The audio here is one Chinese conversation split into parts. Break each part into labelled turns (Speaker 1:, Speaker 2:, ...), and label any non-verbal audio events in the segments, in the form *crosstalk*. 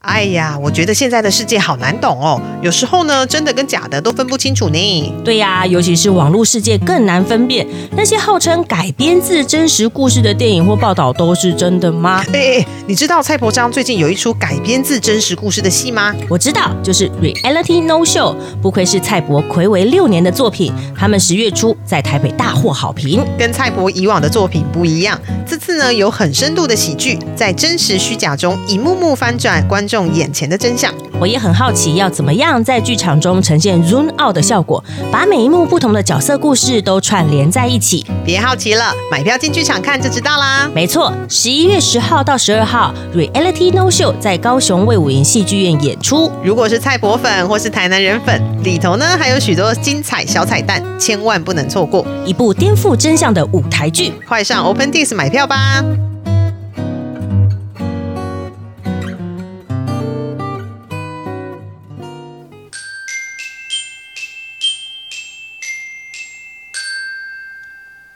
Speaker 1: 哎呀，我觉得现在的世界好难懂哦，有时候呢，真的跟假的都分不清楚呢。
Speaker 2: 对呀、尤其是网络世界更难分辨，那些号称改编自真实故事的电影或报道都是真的吗？
Speaker 1: 哎哎，哎你知道蔡伯章最近有一出改编自真实故事的戏吗？
Speaker 2: 我知道，就是 Reality No Show，不愧是蔡博魁违六年的作品，他们十月初在台北大获好评。
Speaker 1: 跟蔡伯以往的作品不一样，这次呢有很深度的喜剧，在真实虚假中一幕幕翻转观众眼前的真相。
Speaker 2: 我也很好奇，要怎么样在剧场中呈现 zoom out 的效果，把每一幕不同的角色故事都串联在一起。
Speaker 1: 别好奇了，买票进剧场看就知道啦。
Speaker 2: 没错，十一月十号到十二号，Reality No Show 在高雄魏武营戏剧院演出。
Speaker 1: 如果是蔡伯粉或是台南人粉，里头呢还有许多精彩小彩蛋，千万不能错过！
Speaker 2: 一部颠覆真相的舞台剧。
Speaker 1: 快上 OpenTix 买票吧！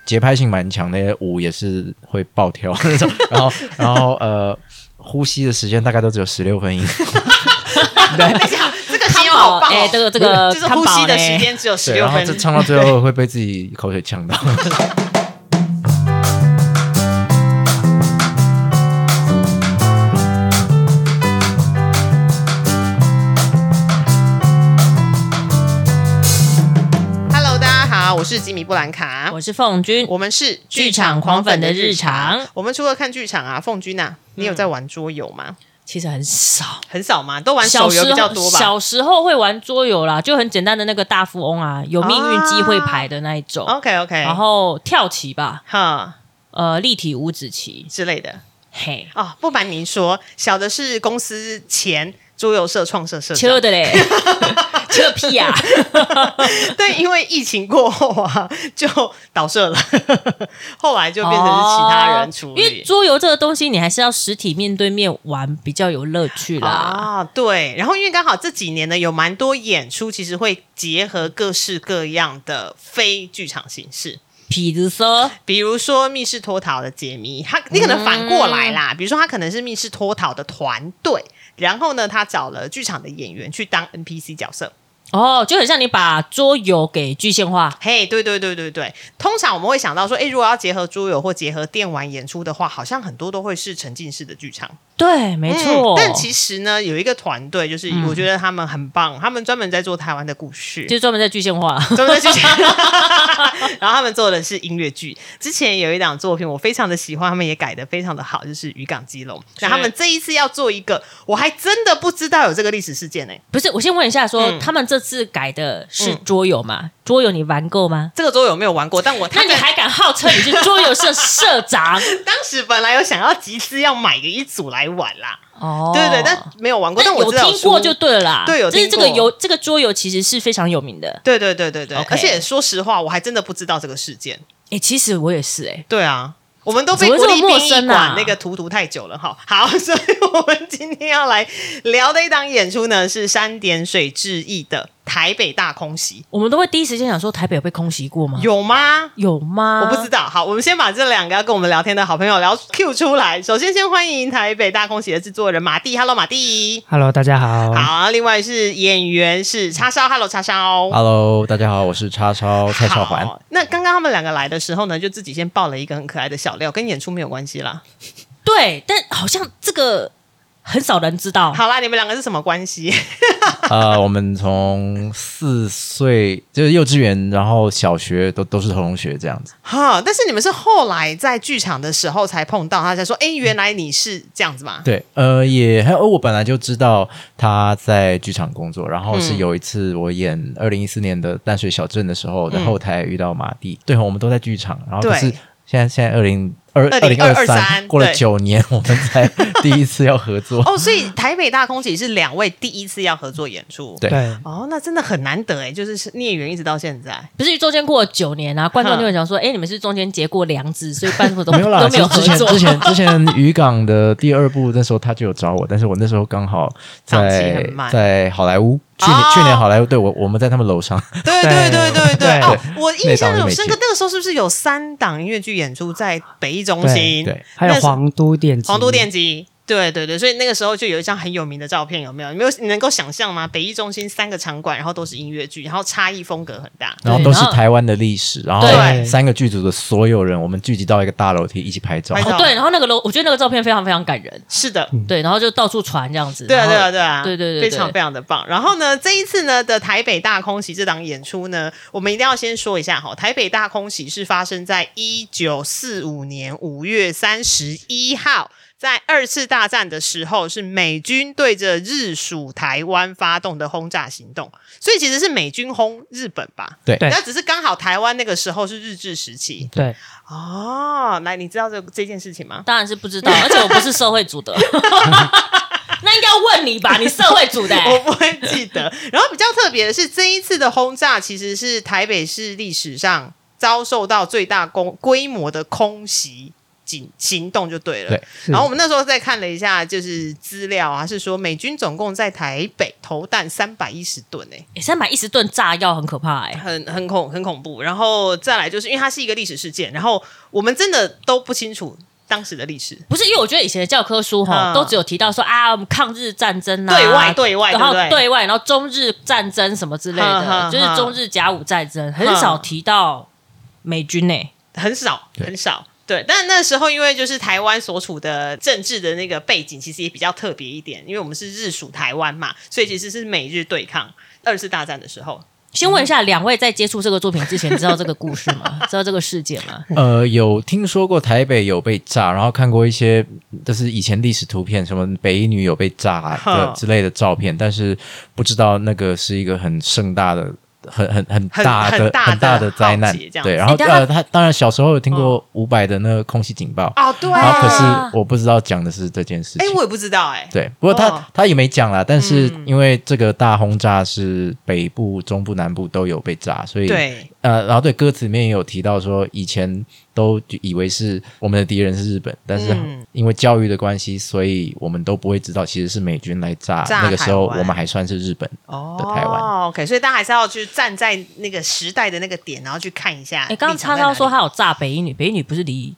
Speaker 3: 节拍性蛮强的，舞也是会爆跳那种。 *laughs* 然后，然后呃，呼吸的时间大概都只有十六分音。
Speaker 1: *laughs* 这个新闻好棒、哦！
Speaker 2: 哎这个这哎个
Speaker 1: 就是呼吸的
Speaker 2: 康宝呢
Speaker 1: 时间只哦有十
Speaker 3: 对，
Speaker 1: 六
Speaker 3: 然后
Speaker 1: 分哦
Speaker 3: 这。唱到最后会被自己口
Speaker 1: *laughs*
Speaker 3: 水呛到。
Speaker 1: Hello，大家好，我是吉米布兰卡，
Speaker 2: 我是凤君，
Speaker 1: 我们是
Speaker 2: 剧场狂粉的日常。
Speaker 1: 我们除了看剧场啊，凤君啊，你有在玩桌游吗？
Speaker 2: 其实很少，
Speaker 1: 很少吗？都玩
Speaker 2: 嗯小
Speaker 1: 手
Speaker 2: 时
Speaker 1: 游
Speaker 2: 候
Speaker 1: 比较多吧
Speaker 2: 小时候会玩桌游啦，就很简单的那个大富翁啊，有命运机会牌的那一种，
Speaker 1: ？OK 哦 OK，
Speaker 2: 然后跳棋吧，
Speaker 1: 哈
Speaker 2: 呃，立体五子棋，
Speaker 1: 之类的
Speaker 2: 嘿，
Speaker 1: 哦。不瞒您说，小的是公司前桌游社创社社长
Speaker 2: 切
Speaker 1: *laughs*
Speaker 2: 的嘞，切屁啊呀、
Speaker 1: 对，因为疫情过后啊，就倒社了， *laughs* 后来就变成是其他人处
Speaker 2: 哦因为
Speaker 1: 理。
Speaker 2: 桌游这个东西，你还是要实体面对面玩比较有乐趣啦。
Speaker 1: 啊，对，然后因为刚好这几年呢，有蛮多演出，其实会结合各式各样的非剧场形式，
Speaker 2: 比如说，
Speaker 1: 比如说密室脱逃的解谜，他你可能反过来啦，
Speaker 2: 嗯
Speaker 1: 比如说他可能是密室脱逃的团队，然后呢，他找了剧场的演员去当 NPC 角色，
Speaker 2: 哦，就很像你把桌游给具象化，
Speaker 1: 嘿、对对对对对，通常我们会想到说，诶，如果要结合桌游或结合电玩演出的话，好像很多都会是沉浸式的剧场。
Speaker 2: 对，没错、
Speaker 1: 嗯
Speaker 2: 嗯
Speaker 1: 但其实呢，有一个团队，就是我觉得他们很棒，他们专门在做台湾的故事，
Speaker 2: 就专门在具象化。
Speaker 1: 专门在剧情。 *laughs* 然后他们做的是音乐剧。之前有一档作品，我非常的喜欢，他们也改的非常的好，就是《渔港基隆》。那他们这一次要做一个，我还真的不知道有这个历史事件呢、
Speaker 2: 不是，我先问一下说
Speaker 1: 嗯
Speaker 2: 他们这次改的是桌游吗？桌游你玩够吗？
Speaker 1: 这个桌游没有玩过，但我
Speaker 2: 那
Speaker 1: 他
Speaker 2: 你
Speaker 1: 们
Speaker 2: 还敢号称 *laughs* 你是桌游社社长？
Speaker 1: *laughs* 当时本来有想要集资要买个一组来玩啦，
Speaker 2: 哦
Speaker 1: 对对，但没有玩过，但我
Speaker 2: 有
Speaker 1: 知道
Speaker 2: 听过
Speaker 1: 书
Speaker 2: 就对了啦。
Speaker 1: 对有
Speaker 2: 就是
Speaker 1: 听
Speaker 2: 这个
Speaker 1: 过
Speaker 2: 游这个桌游其实是非常有名的。
Speaker 1: 对对对对对
Speaker 2: OK
Speaker 1: 而且说实话，我还真的不知道这个事件。
Speaker 2: 哎、其实我也是哎、
Speaker 1: 对啊，我们都被
Speaker 2: 怎么
Speaker 1: 国
Speaker 2: 这么
Speaker 1: 立殡
Speaker 2: 陌
Speaker 1: 仪
Speaker 2: 生啊
Speaker 1: 馆那个图图太久了哈。好， *laughs* 所以我们今天要来聊的一档演出呢，是山点水志毅的《台北大空袭
Speaker 2: 我们都会第一时间想说台北有被空袭过吗》，？
Speaker 1: 有吗？
Speaker 2: 有吗？
Speaker 1: 我不知道。好，我们先把这两个要跟我们聊天的好朋友聊 Q 出来。首先，先欢迎台北大空袭的制作人马蒂，Hello 马蒂。
Speaker 4: Hello，大家好。
Speaker 1: 好，另外是演员是叉烧，Hello 叉烧。
Speaker 3: Hello，大家好，我是叉烧蔡少环。
Speaker 1: 好那刚刚他们两个来的时候呢，就自己先爆了一个很可爱的小料，跟演出没有关系啦。
Speaker 2: 对，但好像这个很少人知道。
Speaker 1: 好啦，你们两个是什么关系？
Speaker 3: 呃，我们从四岁就是幼稚园，然后小学都都是同学这样子。
Speaker 1: 哈，但是你们是后来在剧场的时候才碰到，他才说，哎、原来你是这样子嘛？
Speaker 3: 嗯对，呃，也还有，我本来就知道他在剧场工作，然后是
Speaker 1: 嗯
Speaker 3: 有一次我演二零一四年的淡水小镇的时候，在后台遇到马蒂，对，我们都在剧场，然后可是
Speaker 1: 对
Speaker 3: 现在现在二零二二零二
Speaker 1: 2023
Speaker 3: 三过了
Speaker 1: 对
Speaker 3: 九年，我们才第一次要合作，
Speaker 1: 哦，所以台北大空袭是两位第一次要合作演出。
Speaker 3: 对
Speaker 4: 对，
Speaker 1: 哦，那真的很难得哎，就是是孽缘一直到现在。
Speaker 2: 不是中间过了九年啊，观众就会想说，哎、你们是中间结过梁子，所以半途都
Speaker 3: 没有啦，
Speaker 2: 都 *laughs* 没有合
Speaker 3: 其实
Speaker 2: 作。
Speaker 3: 之前之前之前渔港的第二部那时候他就有找我，但是我那时候刚好
Speaker 1: 档期
Speaker 3: 在
Speaker 1: 很满
Speaker 3: 在好莱坞，去年、
Speaker 1: 哦
Speaker 3: 去年好莱坞，对我我们在他们楼上，
Speaker 1: 对对对对对
Speaker 4: 对
Speaker 1: 哦，我印象有深
Speaker 3: 那档就没
Speaker 1: 刻
Speaker 3: 接，
Speaker 1: 那个时候是不是有三档音乐剧演出在北艺中心？
Speaker 3: 对，
Speaker 4: 还有
Speaker 1: 那是
Speaker 4: 皇都电击，
Speaker 1: 皇都电击。对对对，所以那个时候就有一张很有名的照片，有没有？你没有你能够想象吗？北艺中心三个场馆，然后都是音乐剧，然后差异风格很大。
Speaker 3: 然后都是台湾的历史，然后
Speaker 1: 对
Speaker 3: 三个剧组的所有人，我们聚集到一个大楼梯一起拍照
Speaker 1: 拍。照
Speaker 2: 哦，对，然后那个楼，我觉得那个照片非常非常感人，
Speaker 1: 是的，
Speaker 2: 对，然后就到处传这样子，
Speaker 1: 对啊，
Speaker 2: 然
Speaker 1: 对
Speaker 2: 后
Speaker 1: 啊，对啊，
Speaker 2: 对对对对
Speaker 1: 非常非常的棒。然后呢，这一次呢的台北大空袭这档演出呢，我们一定要先说一下哈，台北大空袭是发生在一九四五年五月三十一号。在二次大战的时候，是美军对着日属台湾发动的轰炸行动，所以其实是美军轰日本吧？
Speaker 3: 对
Speaker 4: 对
Speaker 1: 那只是刚好台湾那个时候是日治时期
Speaker 4: 对，
Speaker 1: 哦。来，你知道这这件事情吗？
Speaker 2: 当然是不知道，而且我不是社会
Speaker 1: *laughs*
Speaker 2: 组的，那应该要问你吧，你社会组的、
Speaker 1: *laughs*
Speaker 2: 欸
Speaker 1: 我不会记得。然后比较特别的是，这一次的轰炸其实是台北市历史上遭受到最大公规模的空袭。行行动就对了。
Speaker 3: 对
Speaker 4: 是
Speaker 1: 然后我们那时候再看了一下，就是资料啊，是说美军总共在台北投弹三百一十吨，哎，
Speaker 2: 欸，三百一十吨炸药很可怕哎、
Speaker 1: 很很恐很恐怖。然后再来就是因为它是一个历史事件，然后我们真的都不清楚当时的历史。
Speaker 2: 不是因为我觉得以前的教科书
Speaker 1: 嗯
Speaker 2: 哈、都只有提到说啊，我们抗日战争啊，
Speaker 1: 对外对外
Speaker 2: 然后
Speaker 1: 对不对嗯
Speaker 2: 对外，然后中日战争什么之类
Speaker 1: 哼哼
Speaker 2: 的，
Speaker 1: 哼
Speaker 2: 就是中日甲午战争，很少提到美军呢、欸
Speaker 1: 很少很少。对，但那时候因为就是台湾所处的政治的那个背景，其实也比较特别一点，因为我们是日属台湾嘛，所以其实是美日对抗二次大战的时候。
Speaker 2: 先问一下，两位在接触这个作品之前，知道这个故事
Speaker 1: *laughs*
Speaker 2: 吗？知道这个事件吗？
Speaker 3: 呃，有听说过台北有被炸，然后看过一些就是以前历史图片，什么北一女有被炸
Speaker 1: 哼
Speaker 3: 的之类的照片，但是不知道那个是一个很盛大的。很很很
Speaker 1: 很
Speaker 3: 大的
Speaker 1: 很大的
Speaker 3: 大的灾
Speaker 1: 浩
Speaker 3: 难
Speaker 1: 劫这，样子嗯
Speaker 3: 对，然后
Speaker 2: 诶但他
Speaker 3: 呃，他当然小时候有听过伍佰的那个空气警报，
Speaker 1: 哦，对
Speaker 3: 然后可
Speaker 2: 啊
Speaker 3: 是我不知道讲的是这件事情
Speaker 1: 哎，。我也不知道哎、
Speaker 3: 对，不过他、
Speaker 1: 哦
Speaker 3: 他也没讲啦，但是因为这个大轰炸是北部、中部、南部都有被炸，所以
Speaker 1: 对，
Speaker 3: 呃，然后对歌词里面也有提到说，以前都以为是我们的敌人是日本，但是
Speaker 1: 嗯
Speaker 3: 因为教育的关系，所以我们都不会知道其实是美军来炸。
Speaker 1: 炸
Speaker 3: 那个时候
Speaker 1: 台湾
Speaker 3: 我们还算是日本。
Speaker 1: 哦
Speaker 3: 台湾
Speaker 1: OK，所以大家还是要去站在那个时代的那个点，然后去看一下
Speaker 2: 哎、
Speaker 1: 立
Speaker 2: 刚
Speaker 1: 场
Speaker 2: 刚
Speaker 1: 在哪
Speaker 2: 叉
Speaker 1: 里。
Speaker 2: 烧说他有炸北一女，北一女不是离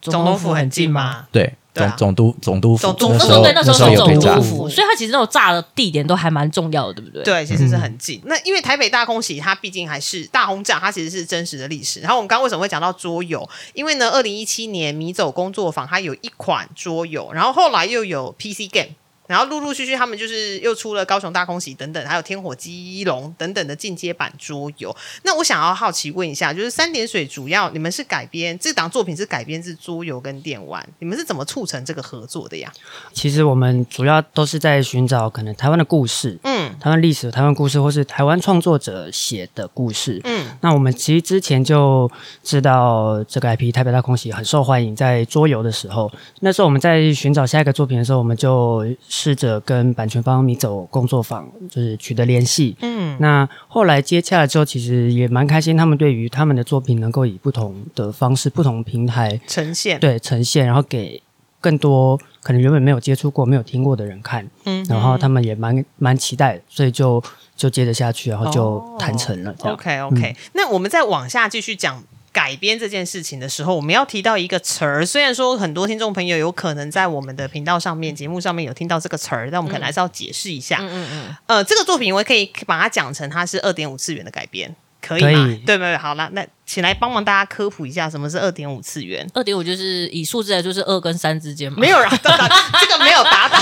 Speaker 1: 总统府很近
Speaker 2: 吗？
Speaker 1: 吗？
Speaker 3: 对，
Speaker 1: 对
Speaker 3: 总、
Speaker 1: 啊
Speaker 3: 总督总督府
Speaker 1: 总督府
Speaker 3: 那
Speaker 2: 那时候对，那时
Speaker 3: 时候时候
Speaker 2: 候
Speaker 3: 有
Speaker 1: 总
Speaker 3: 被
Speaker 2: 是
Speaker 1: 督
Speaker 3: 炸
Speaker 2: 总督
Speaker 1: 府。
Speaker 2: 府，所以他其实那种炸的地点都还蛮重要的，对不对？
Speaker 1: 对，其实是很近。那因为台北大空袭，它毕竟还是大轰炸，它其实是真实的历史。然后我们刚刚为什么会讲到桌游？因为呢，二零一七年米走工作坊它有一款桌游，然后后来又有 PC game。然后陆陆续续，他们就是又出了高雄大空袭等等，还有天火鸡龙等等的进阶版桌游。那我想要好奇问一下，就是三点水主要你们是改编这档作品是改编自桌游跟电玩，你们是怎么促成这个合作的呀？
Speaker 4: 其实我们主要都是在寻找可能台湾的故事、
Speaker 1: 嗯
Speaker 4: 台湾历史、台湾故事，或是台湾创作者写的故事。
Speaker 1: 嗯，
Speaker 4: 那我们其实之前就知道这个 IP《台北大空袭》很受欢迎，在桌游的时候，那时候我们在寻找下一个作品的时候，我们就试着跟版权方米走工作坊就是取得联系。嗯，那后来接洽了之后，其实也蛮开心，他们对于他们的作品能够以不同的方式、不同平台
Speaker 1: 呈现
Speaker 4: 对呈现，然后给更多可能原本没有接触过、没有听过的人看，
Speaker 1: 嗯
Speaker 4: 然后他们也蛮蛮期待，所以就就接着下去，然后就
Speaker 1: 哦
Speaker 4: 谈成了这样。嗯
Speaker 1: OK OK，、那我们再往下继续讲。改编这件事情的时候，我们要提到一个词儿。虽然说很多听众朋友有可能在我们的频道上面、节目上面有听到这个词儿，但我们可能还是要解释一下。
Speaker 2: 嗯嗯。
Speaker 1: 呃，这个作品我可以把它讲成它是二点五次元的改编，可以
Speaker 4: 可
Speaker 1: 吗？
Speaker 4: 以
Speaker 1: 对对对，好了，那请来帮忙大家科普一下什么是二点五次
Speaker 2: *laughs*
Speaker 1: 元。
Speaker 2: 二点五就是以数字来，就是二跟三之间嘛。 *laughs*
Speaker 1: 没有啦，到达这个没有达到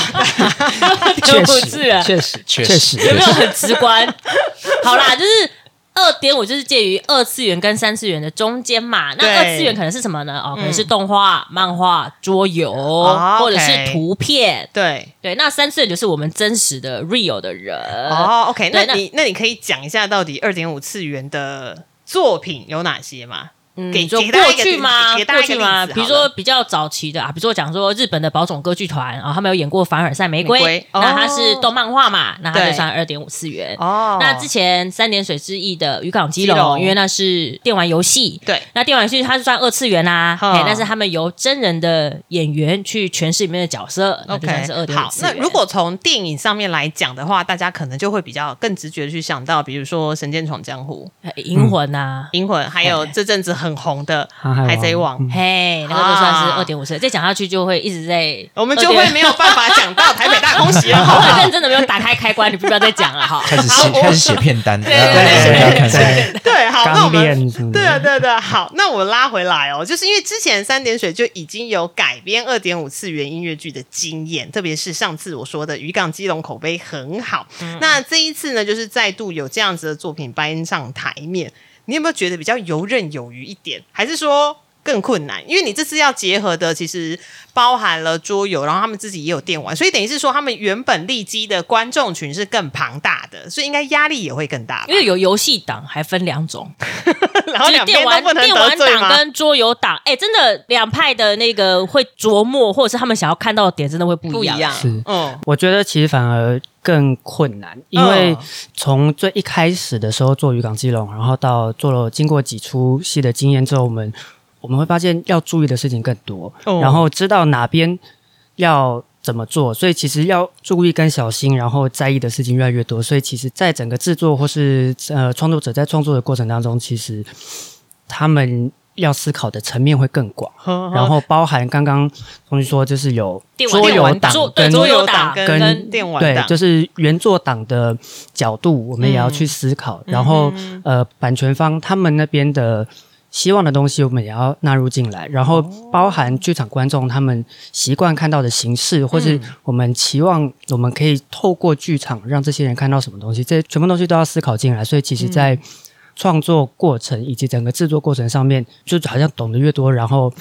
Speaker 1: 的，
Speaker 4: 确
Speaker 2: 不
Speaker 4: 实，
Speaker 2: 自然
Speaker 4: 确实，
Speaker 3: 确
Speaker 4: 确
Speaker 3: 实
Speaker 4: 实，
Speaker 2: 有没有很直观？ *laughs* 好啦，就是二点五就是介于二次元跟三次元的中间嘛。那
Speaker 1: 对嗯
Speaker 2: 二次元可能是什么呢？哦，可能是动画、漫画、桌游，
Speaker 1: 哦
Speaker 2: 或者是
Speaker 1: OK
Speaker 2: 图片。
Speaker 1: 对。
Speaker 2: 对，那三次元就是我们真实的 real 的人。
Speaker 1: 哦，OK，那
Speaker 2: 呃对那
Speaker 1: 你那你可以讲一下到底二点五次元的作品有哪些吗？
Speaker 2: 嗯
Speaker 1: 给
Speaker 2: 你说
Speaker 1: 给大家
Speaker 2: 过
Speaker 1: 一个
Speaker 2: 去
Speaker 1: 例子
Speaker 2: 吗？
Speaker 1: 给大家
Speaker 2: 过
Speaker 1: 一个
Speaker 2: 去
Speaker 1: 例
Speaker 2: 吗？
Speaker 1: 子
Speaker 2: 比如
Speaker 1: 好了
Speaker 2: 说比较早期的啊，比如说讲说日本的宝冢歌剧团啊，他们有演过《凡尔赛玫瑰》
Speaker 1: 玫瑰
Speaker 2: 那
Speaker 1: 哦
Speaker 2: 它是动漫画嘛，那它
Speaker 1: 对
Speaker 2: 就算二点五次元。
Speaker 1: 哦
Speaker 2: 那之前三点水之翼的渔港基隆，
Speaker 1: 基隆
Speaker 2: 因为那是电玩游戏，
Speaker 1: 对
Speaker 2: 那电玩游戏它就算二次元啦、
Speaker 1: 哈
Speaker 2: 嘿但是他们由真人的演员去诠释里面的角色，那就算是二点五
Speaker 1: 好，
Speaker 2: 次
Speaker 1: 那
Speaker 2: 元。
Speaker 1: 如果从电影上面来讲的话，大家可能就会比较更直觉的去想到，比如说《神剑闯江湖》
Speaker 2: 哎银魂啊，
Speaker 1: 嗯《银魂》，还有
Speaker 2: 嘿
Speaker 1: 这阵子很红的
Speaker 4: 航海
Speaker 1: 《
Speaker 4: 王
Speaker 1: 海贼王》
Speaker 2: 嘿，那个就算是
Speaker 1: 啊
Speaker 2: 二点五十，再讲下去就会一直在，
Speaker 1: 我们就会没有办法讲到台北大空袭
Speaker 2: *laughs*
Speaker 1: 了，好
Speaker 2: 好
Speaker 1: 不好？
Speaker 2: 认真的没有打开开关，你不要再讲了哈。
Speaker 3: 开始
Speaker 1: 好
Speaker 3: 写
Speaker 1: 我
Speaker 3: 开始写片单，对
Speaker 1: 对
Speaker 3: 大家看一下
Speaker 4: 对，
Speaker 1: 对，好，那我
Speaker 4: 钢
Speaker 1: 们
Speaker 4: 链什
Speaker 2: 嗯
Speaker 4: 么的
Speaker 1: 对啊，对啊对啊，好，那我拉回来哦， *laughs* 就是因为之前三点水就已经有改编二点五次元音乐剧的经验，特别是上次我说的《渔港基隆》口碑很好，
Speaker 2: 嗯
Speaker 1: 那这一次呢，就是再度有这样子的作品搬上台面，你有没有觉得比较游刃有余一点，还是说？更困难，因为你这次要结合的其实包含了桌游，然后他们自己也有电玩，所以等于是说他们原本立基的观众群是更庞大的，所以应该压力也会更大吧。
Speaker 2: 因为有游戏党还分两种，
Speaker 1: *laughs* 然
Speaker 2: 就
Speaker 1: 后
Speaker 2: 是
Speaker 1: 哦两
Speaker 2: 电
Speaker 1: 边都
Speaker 2: 玩
Speaker 1: 不能
Speaker 2: 电
Speaker 1: 得
Speaker 2: 玩
Speaker 1: 罪
Speaker 2: 党
Speaker 1: 吗？
Speaker 2: 跟桌游党，哎、真的两派的那个会琢磨，或者是他们想要看到的点，真的会不一样。
Speaker 4: 是
Speaker 1: 嗯，
Speaker 4: 我觉得其实反而更困难，因为
Speaker 1: 嗯
Speaker 4: 从最一开始的时候做渔港基隆，然后到做了经过几出戏的经验之后，我们我们会发现要注意的事情更多，
Speaker 1: 哦
Speaker 4: 然后知道哪边要怎么做，所以其实要注意跟小心，然后在意的事情越来越多，所以其实在整个制作或是呃创作者在创作的过程当中，其实他们要思考的层面会更广。
Speaker 1: 嗯哦
Speaker 4: 然后包含刚刚同学说，就是有
Speaker 2: 电玩
Speaker 4: 桌
Speaker 2: 电
Speaker 4: 游
Speaker 2: 玩
Speaker 4: 党
Speaker 2: 桌对
Speaker 4: 跟
Speaker 2: 桌游
Speaker 1: 游
Speaker 2: 党
Speaker 1: 党
Speaker 4: 跟
Speaker 1: 跟电玩
Speaker 4: 对
Speaker 1: 党，，
Speaker 4: 就是原作党的角度，我们也要
Speaker 1: 嗯
Speaker 4: 去思考。然后呃，版权方他们那边的希望的东西，我们也要纳入进来。然后
Speaker 1: 哦
Speaker 4: 包含剧场观众他们习惯看到的形式，或
Speaker 1: 嗯
Speaker 4: 是我们期望我们可以透过剧场让这些人看到什么东西，这全部东西都要思考进来。所以其实，
Speaker 1: 嗯
Speaker 4: 在创作过程以及整个制作过程上面，就好像懂得越多，然后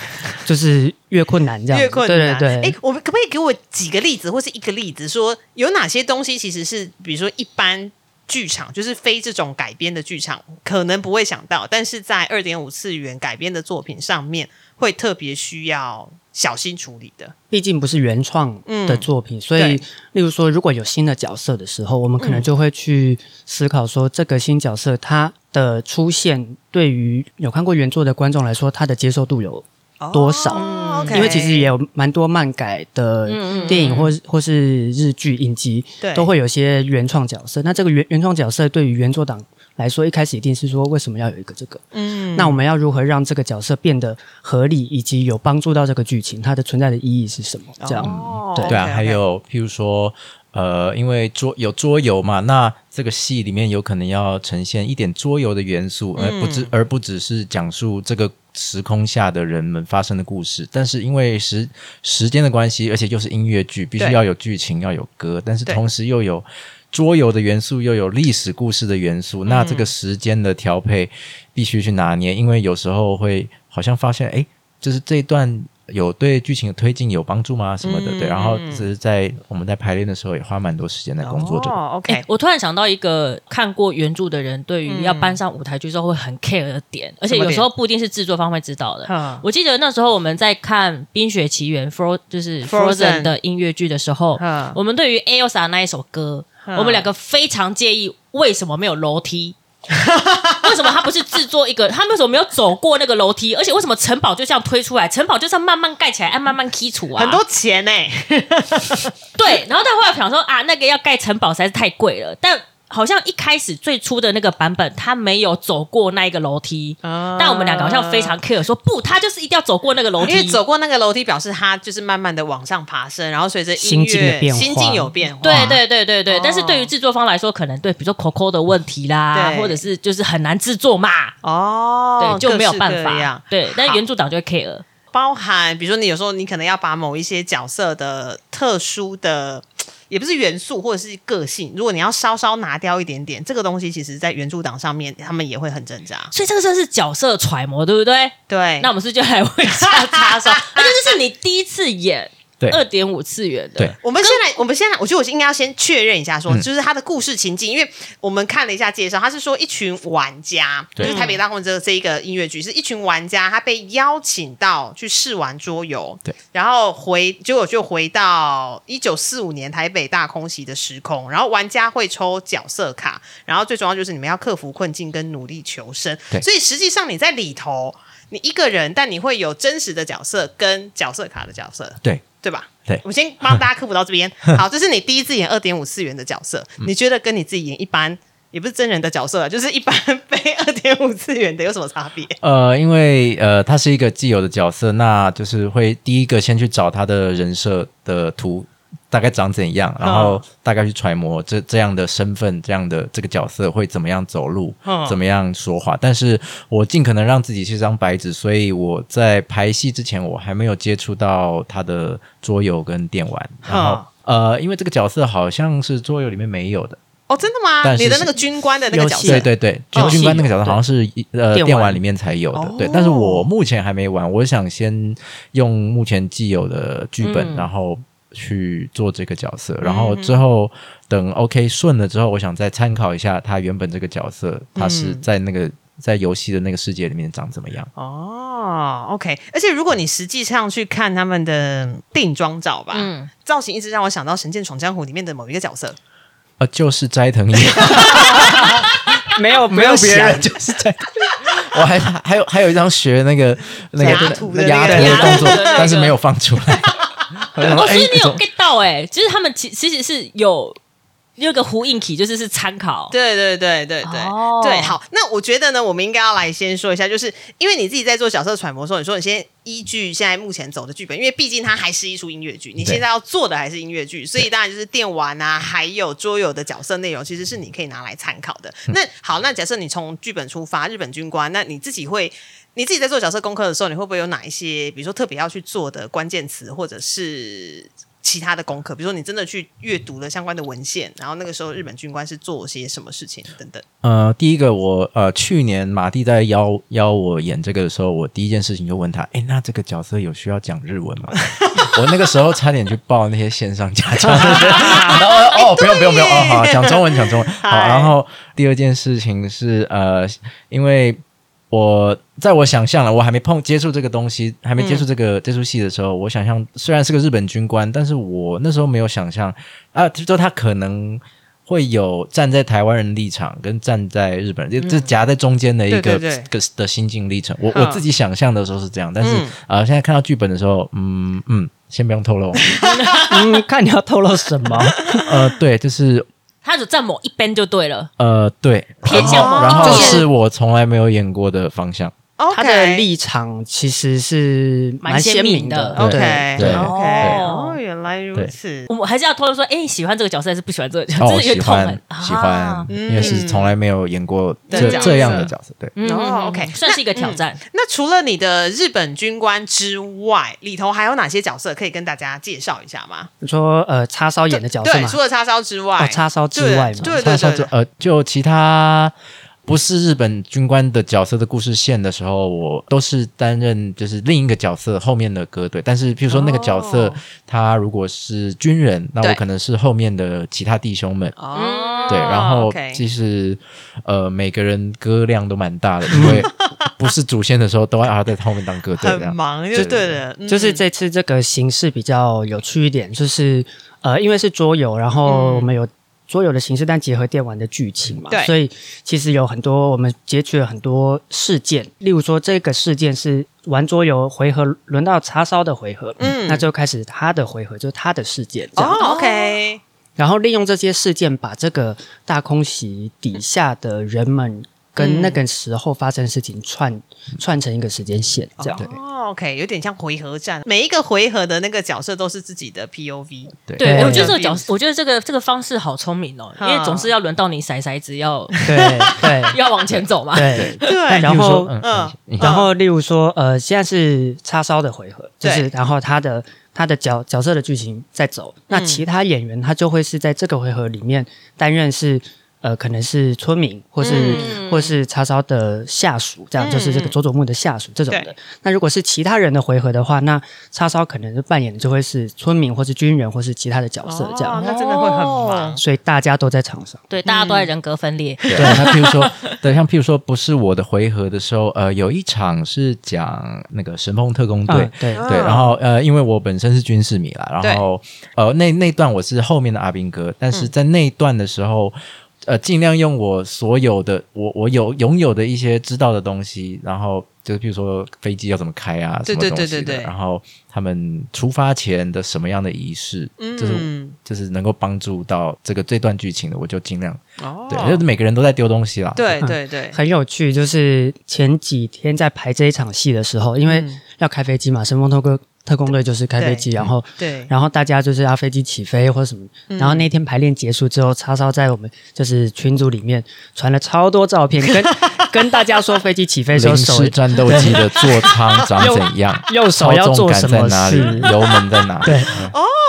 Speaker 4: 就是越困难这样
Speaker 1: *laughs*
Speaker 4: 子。
Speaker 1: 越困难。
Speaker 4: 对对对，
Speaker 1: 哎，我们可不可以给我几个例子，或是一个例子，说有哪些东西其实是，比如说一般剧场，就是非这种改编的剧场，可能不会想到，但是在二点五次元改编的作品上面，会特别需要小心处理的。
Speaker 4: 毕竟不是原创的作品，所以
Speaker 1: 嗯对嗯
Speaker 4: 例如说，如果有新的角色的时候，我们可能就会去思考说，这个新角色它的出现对于有看过原作的观众来说，它的接受度有多少？
Speaker 1: 哦，OK
Speaker 4: 因为其实也有蛮多漫改的电影或是或是日剧影集
Speaker 1: 嗯对，
Speaker 4: 都会有些原创角色。那这个原原创角色对于原作党来说，一开始一定是说为什么要有一个这个？
Speaker 1: 嗯，
Speaker 4: 那我们要如何让这个角色变得合理，以及有帮助到这个剧情，它的存在的意义是什么？这样，
Speaker 1: 哦
Speaker 4: 对
Speaker 3: 对啊，
Speaker 1: OK，OK
Speaker 3: 还有譬如说，呃，因为桌有桌游嘛，那这个戏里面有可能要呈现一点桌游的元素，
Speaker 1: 嗯
Speaker 3: 而不只而不只是讲述这个时空下的人们发生的故事。但是因为时时间的关系，而且又是音乐剧，必须
Speaker 1: 对
Speaker 3: 要有剧情，要有歌，但是
Speaker 1: 对
Speaker 3: 同时又有。桌游的元素又有历史故事的元素，那这
Speaker 1: 嗯
Speaker 3: 个时间的调配必须去拿捏，因为有时候会好像发现，哎，就是这一段有对剧情的推进有帮助吗？什么的，
Speaker 1: 嗯
Speaker 3: 对。然后只是在我们在排练的时候也花蛮多时间在工作这个。
Speaker 1: 哦
Speaker 2: 哎、
Speaker 1: ，OK，
Speaker 2: 我突然想到一个看过原著的人，对于
Speaker 1: 嗯
Speaker 2: 要搬上舞台剧之后会很 care 的点，而且
Speaker 1: 什么
Speaker 2: 有时
Speaker 1: 点
Speaker 2: 候不一定是制作方会知道的。
Speaker 1: 哈
Speaker 2: 我记得那时候我们在看《冰雪奇缘》Fro 就是
Speaker 1: Frozen
Speaker 2: Frozen 的音乐剧的时候
Speaker 1: 嗯，
Speaker 2: 我们对于 Elsa 那一首歌，
Speaker 1: 嗯
Speaker 2: 我们两个非常介意为什么没有楼梯。 *laughs* 为什么他不是制作一个？他为什么没有走过那个楼梯？而且为什么城堡就这样推出来？城堡就是要慢慢盖起来，按慢慢剔除啊。
Speaker 1: 很多钱呢，
Speaker 2: 对，然后但后来想说啊，那个要盖城堡实在是太贵了，但。好像一开始最初的那个版本，他没有走过那一个楼梯，
Speaker 1: 啊
Speaker 2: 但我们两个好像非常 care，说不，他就是一定要走过那个楼梯。
Speaker 1: 因为走过那个楼梯，表示他就是慢慢的往上爬升，然后随着音
Speaker 4: 心境的
Speaker 1: 乐
Speaker 4: 变化
Speaker 1: 心境有变化，
Speaker 2: 对对对对对，
Speaker 1: 哦
Speaker 2: 但是对于制作方来说，可能对比如说 Coco 的问题啦，
Speaker 1: 对
Speaker 2: 或者是就是很难制作嘛，
Speaker 1: 哦
Speaker 2: 对，，就没有
Speaker 1: 各
Speaker 2: 办
Speaker 1: 式各样
Speaker 2: 法。对，但
Speaker 1: 好
Speaker 2: 原著党就会 care。
Speaker 1: 包含，比如说你有时候你可能要把某一些角色的特殊的，也不是元素或者是个性，如果你要稍稍拿掉一点点，这个东西其实在原著党上面他们也会很挣扎。
Speaker 2: 所以这个算是角色揣摩，对不对？
Speaker 1: 对，
Speaker 2: 那我们是不是就来问一下叉
Speaker 1: *laughs*
Speaker 2: 烧，而且这是你第一次演
Speaker 3: 对
Speaker 2: 二点五次元的，
Speaker 3: 对
Speaker 1: 我们先来，我们先来，我觉得我应该要先确认一下说，
Speaker 3: 嗯
Speaker 1: 就是他的故事情境，因为我们看了一下介绍，他是说一群玩家，就
Speaker 3: 对
Speaker 1: 是台北大空这个这一个音乐剧，是一群玩家，他被邀请到去试玩桌游，
Speaker 3: 对，
Speaker 1: 然后回结果就回到一九四五年台北大空袭的时空，然后玩家会抽角色卡，然后最重要就是你们要克服困境跟努力求生，
Speaker 3: 对
Speaker 1: 所以实际上你在里头。你一个人，但你会有真实的角色跟角色卡的角色，
Speaker 3: 对，
Speaker 1: 对吧？
Speaker 3: 对
Speaker 1: 我先
Speaker 3: *laughs* 嗯
Speaker 1: 帮大家科普到这边。好，这是你第一次演二点五次元的角色，你觉得跟你自己演一般也不是真人的角色啊，就是一般非二点五次元的有什么差别？
Speaker 3: 呃，因为呃，他是一个既有的角色，那就是会第一个先去找他的人设的图大概长怎样，然后大概去揣摩这这样的身份、这样的这个角色会怎么样走路、
Speaker 1: 嗯
Speaker 3: 怎么样说话。但是我尽可能让自己是张白纸，所以我在排戏之前，我还没有接触到他的桌游跟电玩，然后。呃，因为这个角色好像是桌游里面没有的，
Speaker 1: *laughs* 哦，真的吗？
Speaker 3: 但是
Speaker 1: 你的那个军官的那个角
Speaker 4: 游
Speaker 1: 色
Speaker 3: 对，对对，
Speaker 1: 哦
Speaker 3: 军军官那个角色
Speaker 4: 对
Speaker 3: 好像是一呃
Speaker 4: 电玩
Speaker 3: 电玩里面才有的
Speaker 1: 哦，
Speaker 3: 对。但是我目前还没玩，我想先用目前既有的剧本，
Speaker 2: 嗯
Speaker 3: 然后去做这个角色，嗯然后之后等 OK 顺了之后，我想再参考一下他原本这个角色，他是
Speaker 1: 嗯
Speaker 3: 在那个在游戏的那个世界里面长怎么样。
Speaker 1: 哦，OK。而且如果你实际上去看他们的定妆照吧，
Speaker 2: 嗯
Speaker 1: 造型一直让我想到《神剑闯江湖》里面的某一个角色。
Speaker 3: 呃，就是斋藤 *laughs* 一，
Speaker 4: *laughs* 没有没有
Speaker 3: 别
Speaker 4: 想
Speaker 3: 人，就是斋藤。我还还有还有一张学那个那个
Speaker 1: 雅图的那个
Speaker 3: 牙的动作
Speaker 2: 雅图的那个，
Speaker 3: 但是没有放出 *laughs* 来。
Speaker 2: 哦，所以你
Speaker 3: 哎
Speaker 2: 有 get 到哎、欸，就是他们其其实是有有一个呼应体，就是是参考。
Speaker 1: 对对对对对、
Speaker 2: 哦
Speaker 1: 对，好，那我觉得呢，我们应该要来先说一下，就是因为你自己在做角色揣摩的时候，你说你先依据现在目前走的剧本，因为毕竟它还是一出音乐剧，你
Speaker 3: 对
Speaker 1: 现在要做的还是音乐剧，所以当然就是电玩啊，还有桌游的角色内容，其实是你可以拿来参考的。那好，那假设你从剧本出发，日本军官，那你自己会。你自己在做角色功课的时候，你会不会有哪一些，比如说特别要去做的关键词，或者是其他的功课，比如说你真的去阅读了相关的文献，然后那个时候日本军官是做些什么事情等等。
Speaker 3: 呃，第一个我呃，去年马蒂在邀邀我演这个的时候，我第一件事情就问他，哎，那这个角色有需要讲日文吗？ *laughs* 我那个时候差点去报那些线上家教，然后哦，不用不用不用，哦好，讲中文讲中文，好。
Speaker 1: 嗨
Speaker 3: 然后第二件事情是呃，因为我在我想象了，我还没碰接触这个东西，还没接触这个、这出戏的时候，我想象虽然是个日本军官，但是我那时候没有想象啊，就说他可能。会有站在台湾人立场跟站在日本人，这这夹在中间的一个
Speaker 1: 嗯对对
Speaker 3: 个的心境历程。我
Speaker 1: 嗯
Speaker 3: 我自己想象的时候是这样，但是
Speaker 1: 嗯
Speaker 3: 呃，现在看到剧本的时候，嗯嗯，先不用透露。 *laughs*
Speaker 4: 嗯，看你要透露什 *laughs* 么。
Speaker 3: 呃，对，就是
Speaker 2: 他只站某一边就对了，
Speaker 3: 呃，对，
Speaker 2: 偏
Speaker 3: 然后
Speaker 2: 向某
Speaker 3: 然后
Speaker 2: 一边。
Speaker 3: 是我从来没有演过的方向。
Speaker 1: OK，
Speaker 4: 他的立场其实是
Speaker 2: 蛮
Speaker 4: 蛮
Speaker 2: 鲜
Speaker 4: 鲜
Speaker 2: 明
Speaker 4: 明
Speaker 2: 的
Speaker 4: 的。
Speaker 1: OK
Speaker 3: 对对
Speaker 1: OK，
Speaker 2: 哦
Speaker 1: 哦，原来如此。
Speaker 2: 我们还是要偷偷说，哎、你喜欢这个角色还是不喜欢这个角色？
Speaker 3: 哦，
Speaker 2: 这
Speaker 3: 我
Speaker 2: 是有
Speaker 3: 喜
Speaker 2: 点痛
Speaker 3: 欢
Speaker 2: 恨，啊
Speaker 3: 喜
Speaker 1: 哦
Speaker 3: 欢，因为是从来没有演过
Speaker 1: 嗯的
Speaker 3: 这
Speaker 1: 角色
Speaker 3: 这样的角色。对，
Speaker 2: 嗯
Speaker 1: 哦，OK
Speaker 2: 算是一个挑战。
Speaker 1: 那除了你的日本军官之外，里头还有哪些角色可以跟大家介绍一下吗？
Speaker 4: 你说呃，叉烧演的角色
Speaker 1: 对，
Speaker 4: 嘛
Speaker 1: 除，了叉烧之外，
Speaker 4: 哦叉烧之外嘛
Speaker 1: 对
Speaker 3: 他
Speaker 1: 对
Speaker 3: 说
Speaker 1: 对
Speaker 3: 就
Speaker 1: 对，
Speaker 3: 呃，就其他不是日本军官的角色的故事线的时候，我都是担任就是另一个角色后面的歌队。但是，譬如说那个角色、
Speaker 1: 哦
Speaker 3: 他如果是军人，那
Speaker 1: 对
Speaker 3: 我可能是后面的其他弟兄们。
Speaker 1: 哦，
Speaker 3: 对，然后
Speaker 1: OK
Speaker 3: 其实呃，每个人歌量都蛮大的，因
Speaker 1: *laughs*
Speaker 3: 为不是主线的时候都要在后面当歌队这
Speaker 1: 很
Speaker 3: 样。
Speaker 1: 忙就对了，嗯
Speaker 4: 就是这次这个形式比较有趣一点，就是呃，因为是桌游，然后我们有桌游的形式，但结合电玩的剧情嘛
Speaker 1: 对，
Speaker 4: 所以其实有很多我们截取了很多事件，例如说这个事件是玩桌游回合轮到叉烧的回合，
Speaker 1: 嗯
Speaker 4: 嗯，那就开始他的回合，就是他的事件这样。
Speaker 1: 哦，OK，
Speaker 4: 然后利用这些事件，把这个大空袭底下的人们跟那个时候发生的事情串、串成一个时间线，这样。
Speaker 1: 哦，OK，有点像回合战，每一个回合的那个角色都是自己的 POV，
Speaker 3: 对
Speaker 2: 对，
Speaker 4: 对
Speaker 2: 我觉得这个角，我觉得这个这个方式好聪明哦，因
Speaker 1: 嗯
Speaker 2: 为总是要轮到你骰骰子要
Speaker 4: 对对
Speaker 2: 要往前走嘛。
Speaker 4: 对对。
Speaker 1: 对，
Speaker 4: 然后
Speaker 3: 嗯
Speaker 1: 嗯
Speaker 3: 嗯
Speaker 4: 然后，例如说，呃，现在是叉烧的回合，就是然后他的他的角角色的剧情在走，
Speaker 1: 嗯
Speaker 4: 那其他演员他就会是在这个回合里面担任是呃，可能是村民或是、
Speaker 1: 嗯
Speaker 4: 或是叉烧的下属，这样、
Speaker 1: 嗯
Speaker 4: 就是这个佐佐木的下属这种
Speaker 1: 对
Speaker 4: 的。那如果是其他人的回合的话，那叉烧可能就扮演的就会是村民或是军人或嗯是其他的角色这样，
Speaker 1: 哦那真的会很忙
Speaker 2: 哦。
Speaker 4: 所以大家都在场上。
Speaker 2: 对，大家都在人格分裂。
Speaker 3: 对，那譬如说，对，像譬如说，不是我的回合的时候，呃，有一场是讲那个神风特工队，
Speaker 4: 嗯对
Speaker 3: 对，
Speaker 1: 嗯
Speaker 3: 然后呃，因为我本身是军事
Speaker 1: 嗯
Speaker 3: 迷啦，然后呃，那那段我是后面的阿兵哥，但是在那一段的时候。呃尽量用我所有的我我有拥有的一些知道的东西，然后就是譬如说飞机要怎么开啊，
Speaker 1: 对
Speaker 3: 什么
Speaker 1: 对
Speaker 3: 东
Speaker 1: 对
Speaker 3: 西
Speaker 1: 对
Speaker 3: 的
Speaker 1: 对
Speaker 3: 然后他们出发前的什么样的仪式，就是
Speaker 1: 嗯，
Speaker 3: 就是能够帮助到这个这段剧情的，我就尽量
Speaker 1: 哦
Speaker 3: 对，就是每个人都在丢东西啦，
Speaker 1: 对对 *laughs* 对，
Speaker 4: 很有趣，就是前几天在排这一场戏的时候，因为
Speaker 1: 嗯
Speaker 4: 要开飞机嘛，神风特工特工队就是开飞机，然后
Speaker 3: 嗯
Speaker 1: 对，
Speaker 4: 然后大家就是要飞机起飞或者什么，然后那天排练结束之后，叉烧在我们就是群组里面传了超多照片，跟跟大家说飞机起飞的时候
Speaker 3: 零
Speaker 4: 手
Speaker 3: 式战斗机的座舱长
Speaker 1: *laughs*
Speaker 3: 怎样，
Speaker 4: 右手要
Speaker 3: 操纵
Speaker 4: 做
Speaker 3: 感
Speaker 4: 什
Speaker 3: 在
Speaker 4: 么
Speaker 3: 哪里，
Speaker 4: 事， *laughs*
Speaker 3: 油门在哪里，
Speaker 4: 对
Speaker 3: 嗯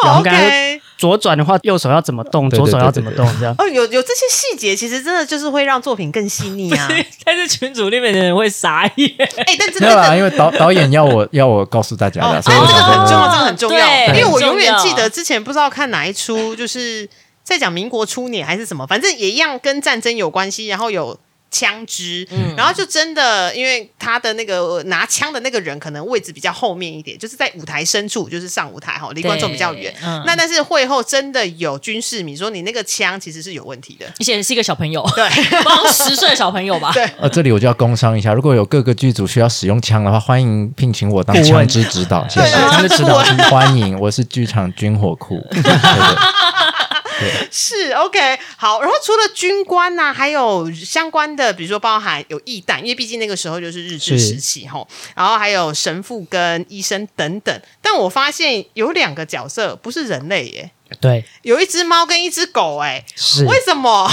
Speaker 4: 然
Speaker 1: 哦
Speaker 4: 后刚才
Speaker 1: OK。
Speaker 4: 左转的话右手要怎么动，
Speaker 3: 对
Speaker 4: 左手要
Speaker 3: 对对
Speaker 4: 怎么
Speaker 3: 对
Speaker 4: 动这样。
Speaker 1: 哦，有有这些细节，其实真的就是会让作品更细腻
Speaker 2: *laughs*
Speaker 1: 啊！
Speaker 2: 但是群主那边的人会傻眼，
Speaker 1: 哎、但真
Speaker 3: 没有
Speaker 1: 的
Speaker 3: 啦，因为导导演要我要我告诉大家
Speaker 1: 哦
Speaker 3: 的，，
Speaker 1: 这
Speaker 3: 所以
Speaker 1: 个
Speaker 3: 我
Speaker 1: 这个
Speaker 3: 想
Speaker 1: 很
Speaker 3: 说
Speaker 1: 重要，这个很重要，
Speaker 2: 对
Speaker 1: 因为我
Speaker 2: 很
Speaker 1: 永
Speaker 2: 重
Speaker 1: 远
Speaker 2: 要
Speaker 1: 记得之前不知道看哪一出，就是在讲民国初年还是什么，反正也一样跟战争有关系，然后有。枪支，
Speaker 2: 嗯
Speaker 1: 然后就真的，因为他的那个呃拿枪的那个人可能位置比较后面一点，就是在舞台深处，就是上舞台哈，离观众比较远。
Speaker 2: 对嗯
Speaker 1: 那但是会后真的有军事迷说你那个枪其实是有问题的，
Speaker 2: 而且是一个小朋友， *laughs*
Speaker 1: 对，
Speaker 2: 帮十岁的小朋友吧。
Speaker 1: 对
Speaker 3: 呃，这里我就要工商一下，如果有各个剧组需要使用枪的话，欢迎聘请我当
Speaker 4: 顾
Speaker 3: 枪
Speaker 4: 问
Speaker 3: 支指导，谢
Speaker 1: 对
Speaker 3: 谢
Speaker 1: 啊
Speaker 3: 枪支指导
Speaker 1: 顾问
Speaker 3: 欢迎，我是剧场军火
Speaker 1: *laughs*
Speaker 3: 库。对对
Speaker 1: 是 OK 好，然后除了军官呐、还有相关的，比如说包含有义旦，因为毕竟那个时候就是日治
Speaker 4: 是
Speaker 1: 时期吼，然后还有神父跟医生等等。但我发现有两个角色不是人类耶，
Speaker 4: 对，
Speaker 1: 有一只猫跟一只狗哎，
Speaker 4: 是
Speaker 1: 为什么？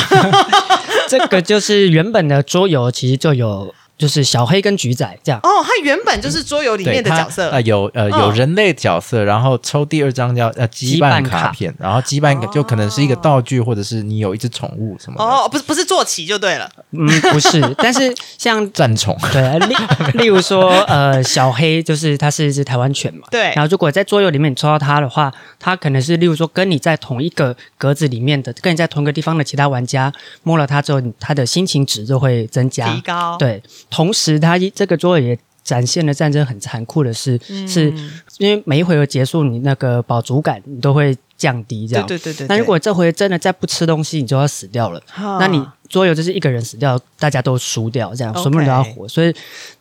Speaker 4: 这个就是原本的桌游其实就有就是小黑跟橘仔这样。
Speaker 1: 哦，它原本就是桌游里
Speaker 3: 对，
Speaker 1: 面的
Speaker 3: 它
Speaker 1: 角色，
Speaker 3: 呃有呃有
Speaker 1: 嗯
Speaker 3: 人类角色，然后抽第二张叫呃羁
Speaker 4: 羁
Speaker 3: 绊
Speaker 4: 绊
Speaker 3: 卡
Speaker 4: 卡
Speaker 3: 片，然后羁绊就可能是一个道具，或者是你有一只宠物什么的
Speaker 1: 哦，不是不是坐骑就对了，
Speaker 4: 嗯，不是， *laughs* 但是像
Speaker 3: 战宠。 *laughs*
Speaker 4: 对，例例如说，呃，小黑就是它是一只台湾犬嘛，
Speaker 1: 对
Speaker 4: 然后如果在桌游里面你抽到它的话，它可能是例如说跟你在同一个格子里面的，跟你在同一个地方的其他玩家摸了它之后，你它的心情值就会增加
Speaker 1: 提。高，
Speaker 4: 对，同时它一这个桌游也展现了战争很残酷的是，是
Speaker 1: 嗯
Speaker 4: 因为每一回合结束，你那个饱足感你都会降低，这
Speaker 1: 对
Speaker 4: 样。
Speaker 1: 对对对。嗯
Speaker 4: 那如
Speaker 1: 对
Speaker 4: 果这回真的再不吃东西，你就要死掉了。
Speaker 1: 哈
Speaker 4: 那你桌游就是一个人死掉，大家都输掉，这样
Speaker 1: OK
Speaker 4: 所有人都要活。所以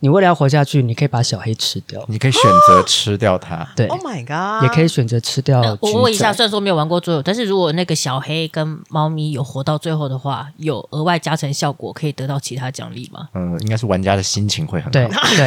Speaker 4: 你为了要活下去，你可以把小黑吃掉，
Speaker 3: 你可以选择吃掉它，
Speaker 4: 对，
Speaker 1: Oh my God，
Speaker 4: 也可以选择吃掉
Speaker 2: 呃
Speaker 4: 橘
Speaker 2: 我
Speaker 4: 子。
Speaker 2: 问一下，虽然说没有玩过桌游，但是如果那个小黑跟猫咪有活到最后的话，有额外加成效果，可以得到其他奖励吗？
Speaker 3: 嗯，应该是玩家的心情会很好。
Speaker 2: *laughs*
Speaker 4: 对对，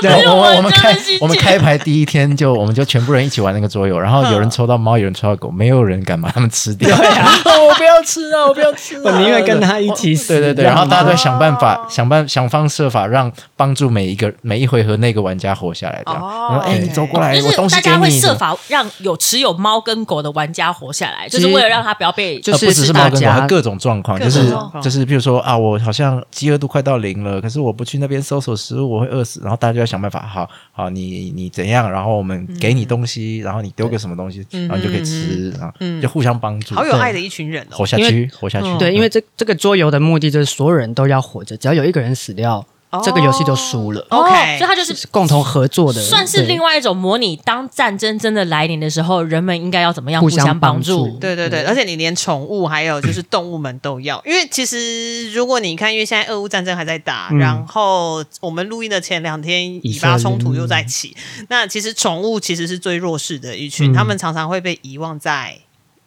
Speaker 3: 对，我们我
Speaker 2: 我
Speaker 3: 们
Speaker 2: 真的
Speaker 3: 开
Speaker 2: 是
Speaker 3: 我们开牌第一天就我们就全部人一起玩那个桌游，然后有人抽到猫，有人抽到狗，没有人敢把它们
Speaker 2: *laughs*
Speaker 3: 吃掉。 *laughs* 哦 *laughs* 我不要吃啊！我不要吃啊！哦
Speaker 4: 我宁愿跟他一起死。
Speaker 3: 对对
Speaker 2: 啊
Speaker 3: 对，然后大家都会想办法，想办想方设法让帮助每一个每一回合那个玩家活下来。这样，
Speaker 1: 哦
Speaker 3: 然后哎，
Speaker 1: 对
Speaker 3: 你走过来，
Speaker 2: 就
Speaker 3: 我
Speaker 2: 是
Speaker 3: 东西
Speaker 2: 大
Speaker 3: 给
Speaker 2: 家会
Speaker 3: 你。
Speaker 2: 设法让有持有猫跟狗的玩家活下来，就是
Speaker 4: 其实
Speaker 2: 为了让他不要被
Speaker 4: 就
Speaker 3: 呃不只
Speaker 4: 是
Speaker 3: 是猫
Speaker 4: 大
Speaker 3: 跟狗，
Speaker 4: 家
Speaker 3: 还各种状况，
Speaker 1: 各
Speaker 3: 就
Speaker 1: 种
Speaker 3: 是
Speaker 1: 状况
Speaker 3: 就是，譬如说啊，我好像饥饿度快到零了，可是我不去那边搜索食物，我会饿死。然后大家就要想办法，好好，你你怎样？然后我们给你东西，然后你丢个什么东西，然后你就可以吃，然后就互相帮助，
Speaker 1: 好有
Speaker 3: 对
Speaker 1: 爱的一群人哦
Speaker 3: 活。下
Speaker 4: 因嗯
Speaker 3: 去，活下去。
Speaker 4: 对，因为这这个桌游的目的就是所有人都要活着，只要有一个人死掉，这个游戏就输了。
Speaker 1: OK
Speaker 2: 哦所以他哦就是
Speaker 4: 是共同合作的，
Speaker 2: 算是
Speaker 4: 对
Speaker 2: 另外一种模拟，当战争真的来临的时候，人们应该要怎么样
Speaker 4: 互相
Speaker 2: 相帮
Speaker 4: 帮助
Speaker 2: 助？
Speaker 1: 对对对，而且你连宠物还有就是动物们都要，因为其实如果你看，因为现在俄乌战争还在打，
Speaker 4: 嗯
Speaker 1: 然后我们录音的前两天以巴冲突又在起，那其实宠物其实是最弱势的一群，
Speaker 4: 嗯
Speaker 1: 他们常常会被遗忘在。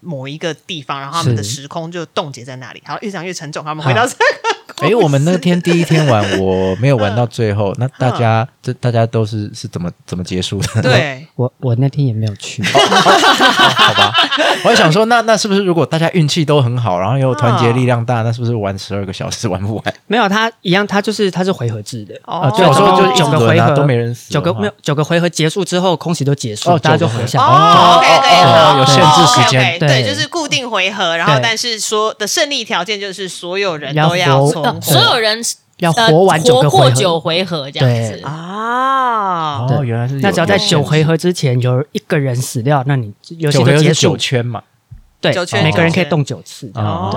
Speaker 1: 某一个地方，然后他们的
Speaker 4: 是
Speaker 1: 时空就冻结在那里，然后越讲越沉重。他们回到这
Speaker 3: 哎，我们那天第一天玩，我没有玩到最后，那大家这大家都是是怎么怎么结束的？ *laughs*
Speaker 1: *laughs* 对，
Speaker 4: 我我那天也没有去，
Speaker 3: 好吧，我还想说，那那是不是如果大家运气都很好，然后又团结力量大，那是不是玩十二个小时玩不完？
Speaker 4: 没有他一样，他就是他是回合制的，
Speaker 1: 哦
Speaker 3: 啊，对，我说就是
Speaker 4: 九
Speaker 3: 九
Speaker 4: 个
Speaker 3: 个回
Speaker 4: 回
Speaker 3: 合
Speaker 4: 合
Speaker 3: 都没人死，
Speaker 4: 九个没有九个回合结束之后，空袭都结束，
Speaker 3: 哦
Speaker 4: 大家
Speaker 3: 九
Speaker 4: 就
Speaker 3: 个回合
Speaker 4: 活下来。
Speaker 1: 哦，OK，可以
Speaker 3: 哦
Speaker 1: 好，
Speaker 3: 有限制时
Speaker 1: 哦，OK，OK，
Speaker 3: 间
Speaker 1: 对，
Speaker 4: 对
Speaker 1: 就是固定回合，然后
Speaker 4: 对
Speaker 1: 但是说的胜利条件就是所有人
Speaker 4: 要
Speaker 1: 都要
Speaker 4: 活
Speaker 1: 存
Speaker 2: 呃
Speaker 1: 活，
Speaker 2: 所有人
Speaker 4: 要
Speaker 2: 呃
Speaker 4: 活完九
Speaker 2: 活
Speaker 4: 个
Speaker 2: 过
Speaker 4: 回
Speaker 2: 九
Speaker 4: 合。
Speaker 2: 回合这样子
Speaker 4: 对
Speaker 1: 啊，
Speaker 3: 哦，原来是有
Speaker 4: 那只要在
Speaker 3: 有限制
Speaker 4: 九回合之前有一个人死掉，那你游戏
Speaker 3: 九
Speaker 4: 就
Speaker 3: 回合
Speaker 4: 结
Speaker 3: 是
Speaker 4: 束
Speaker 3: 九。圈嘛，
Speaker 4: 对哦
Speaker 1: 九圈，
Speaker 4: 每个人
Speaker 1: 九
Speaker 4: 可
Speaker 1: 圈
Speaker 4: 以动九次。
Speaker 3: 啊
Speaker 1: 哦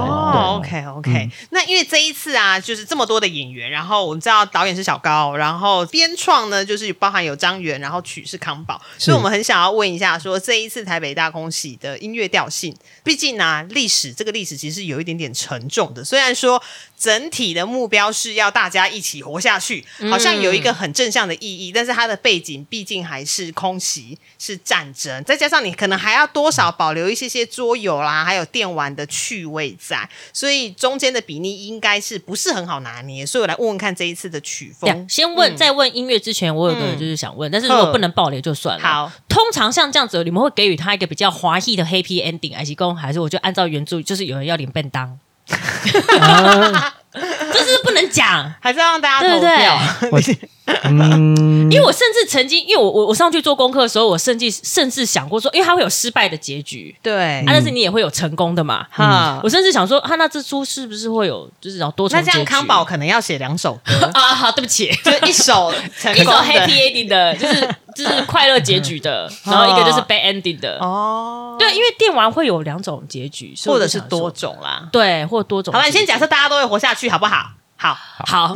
Speaker 3: 对
Speaker 1: ，OK OK，、那因为这一次啊，就是这么多的演员，然后我们知道导演是小高，然后编创呢就是包含有张元，然后曲是康宝，所以我们很想要问一下说，这一次台北大空袭的音乐调性，毕竟呢、历史这个历史其实有一点点沉重的，虽然说整体的目标是要大家一起活下去，
Speaker 2: 嗯
Speaker 1: 好像有一个很正向的意义，但是它的背景毕竟还是空袭，是战争，再加上你可能还要多少保留一些些桌游啦，还有电玩的趣味在，所以中间的比例应该是不是很好拿捏，所以我来问问看这一次的曲
Speaker 2: 这样
Speaker 1: 风。
Speaker 2: 先问，在问音乐之前，我有个
Speaker 1: 嗯
Speaker 2: 就是想问，但是如果不能爆雷就算了。 *laughs*
Speaker 1: 好，
Speaker 2: 通常像这样子，你们会给予他一个比较华丽的 happy ending，还是公，还是我就按照原著，就是有人要领便 *laughs* 当，这是不能讲。
Speaker 1: *laughs* 还是要让大家投
Speaker 2: 嗯对不
Speaker 1: 票，
Speaker 2: 对？
Speaker 4: 哦
Speaker 1: *laughs*
Speaker 4: 嗯，
Speaker 2: 因为我甚至曾经，因为我我我上去做功课的时候，我甚至甚至想过说，因为它会有失败的结局，
Speaker 1: 对
Speaker 2: 啊，，但是你也会有成功的嘛。
Speaker 1: 哈
Speaker 2: 我甚至想说，啊，那这出是不是会有就是然后多重
Speaker 1: 那
Speaker 2: 结局？
Speaker 1: 这样康宝可能要写两首歌，
Speaker 2: *laughs* 啊，好，对不
Speaker 1: *laughs*
Speaker 2: 起，
Speaker 1: 就一
Speaker 2: *laughs*
Speaker 1: 首成
Speaker 2: 一
Speaker 1: 功
Speaker 2: 首
Speaker 1: 的
Speaker 2: happy ending 的，
Speaker 1: *laughs*
Speaker 2: 就是就是快乐结局的，然后一个就是 bad ending 的。
Speaker 1: 哦，
Speaker 2: 对，因为电玩会有两种结局，所以
Speaker 1: 或
Speaker 2: 我
Speaker 1: 者
Speaker 2: 就是想
Speaker 1: 多
Speaker 2: 说
Speaker 1: 种啦。
Speaker 2: 对，或多种结局。
Speaker 1: 好了，你先假设大家都会活下去，好不好？好， *laughs*
Speaker 2: 好，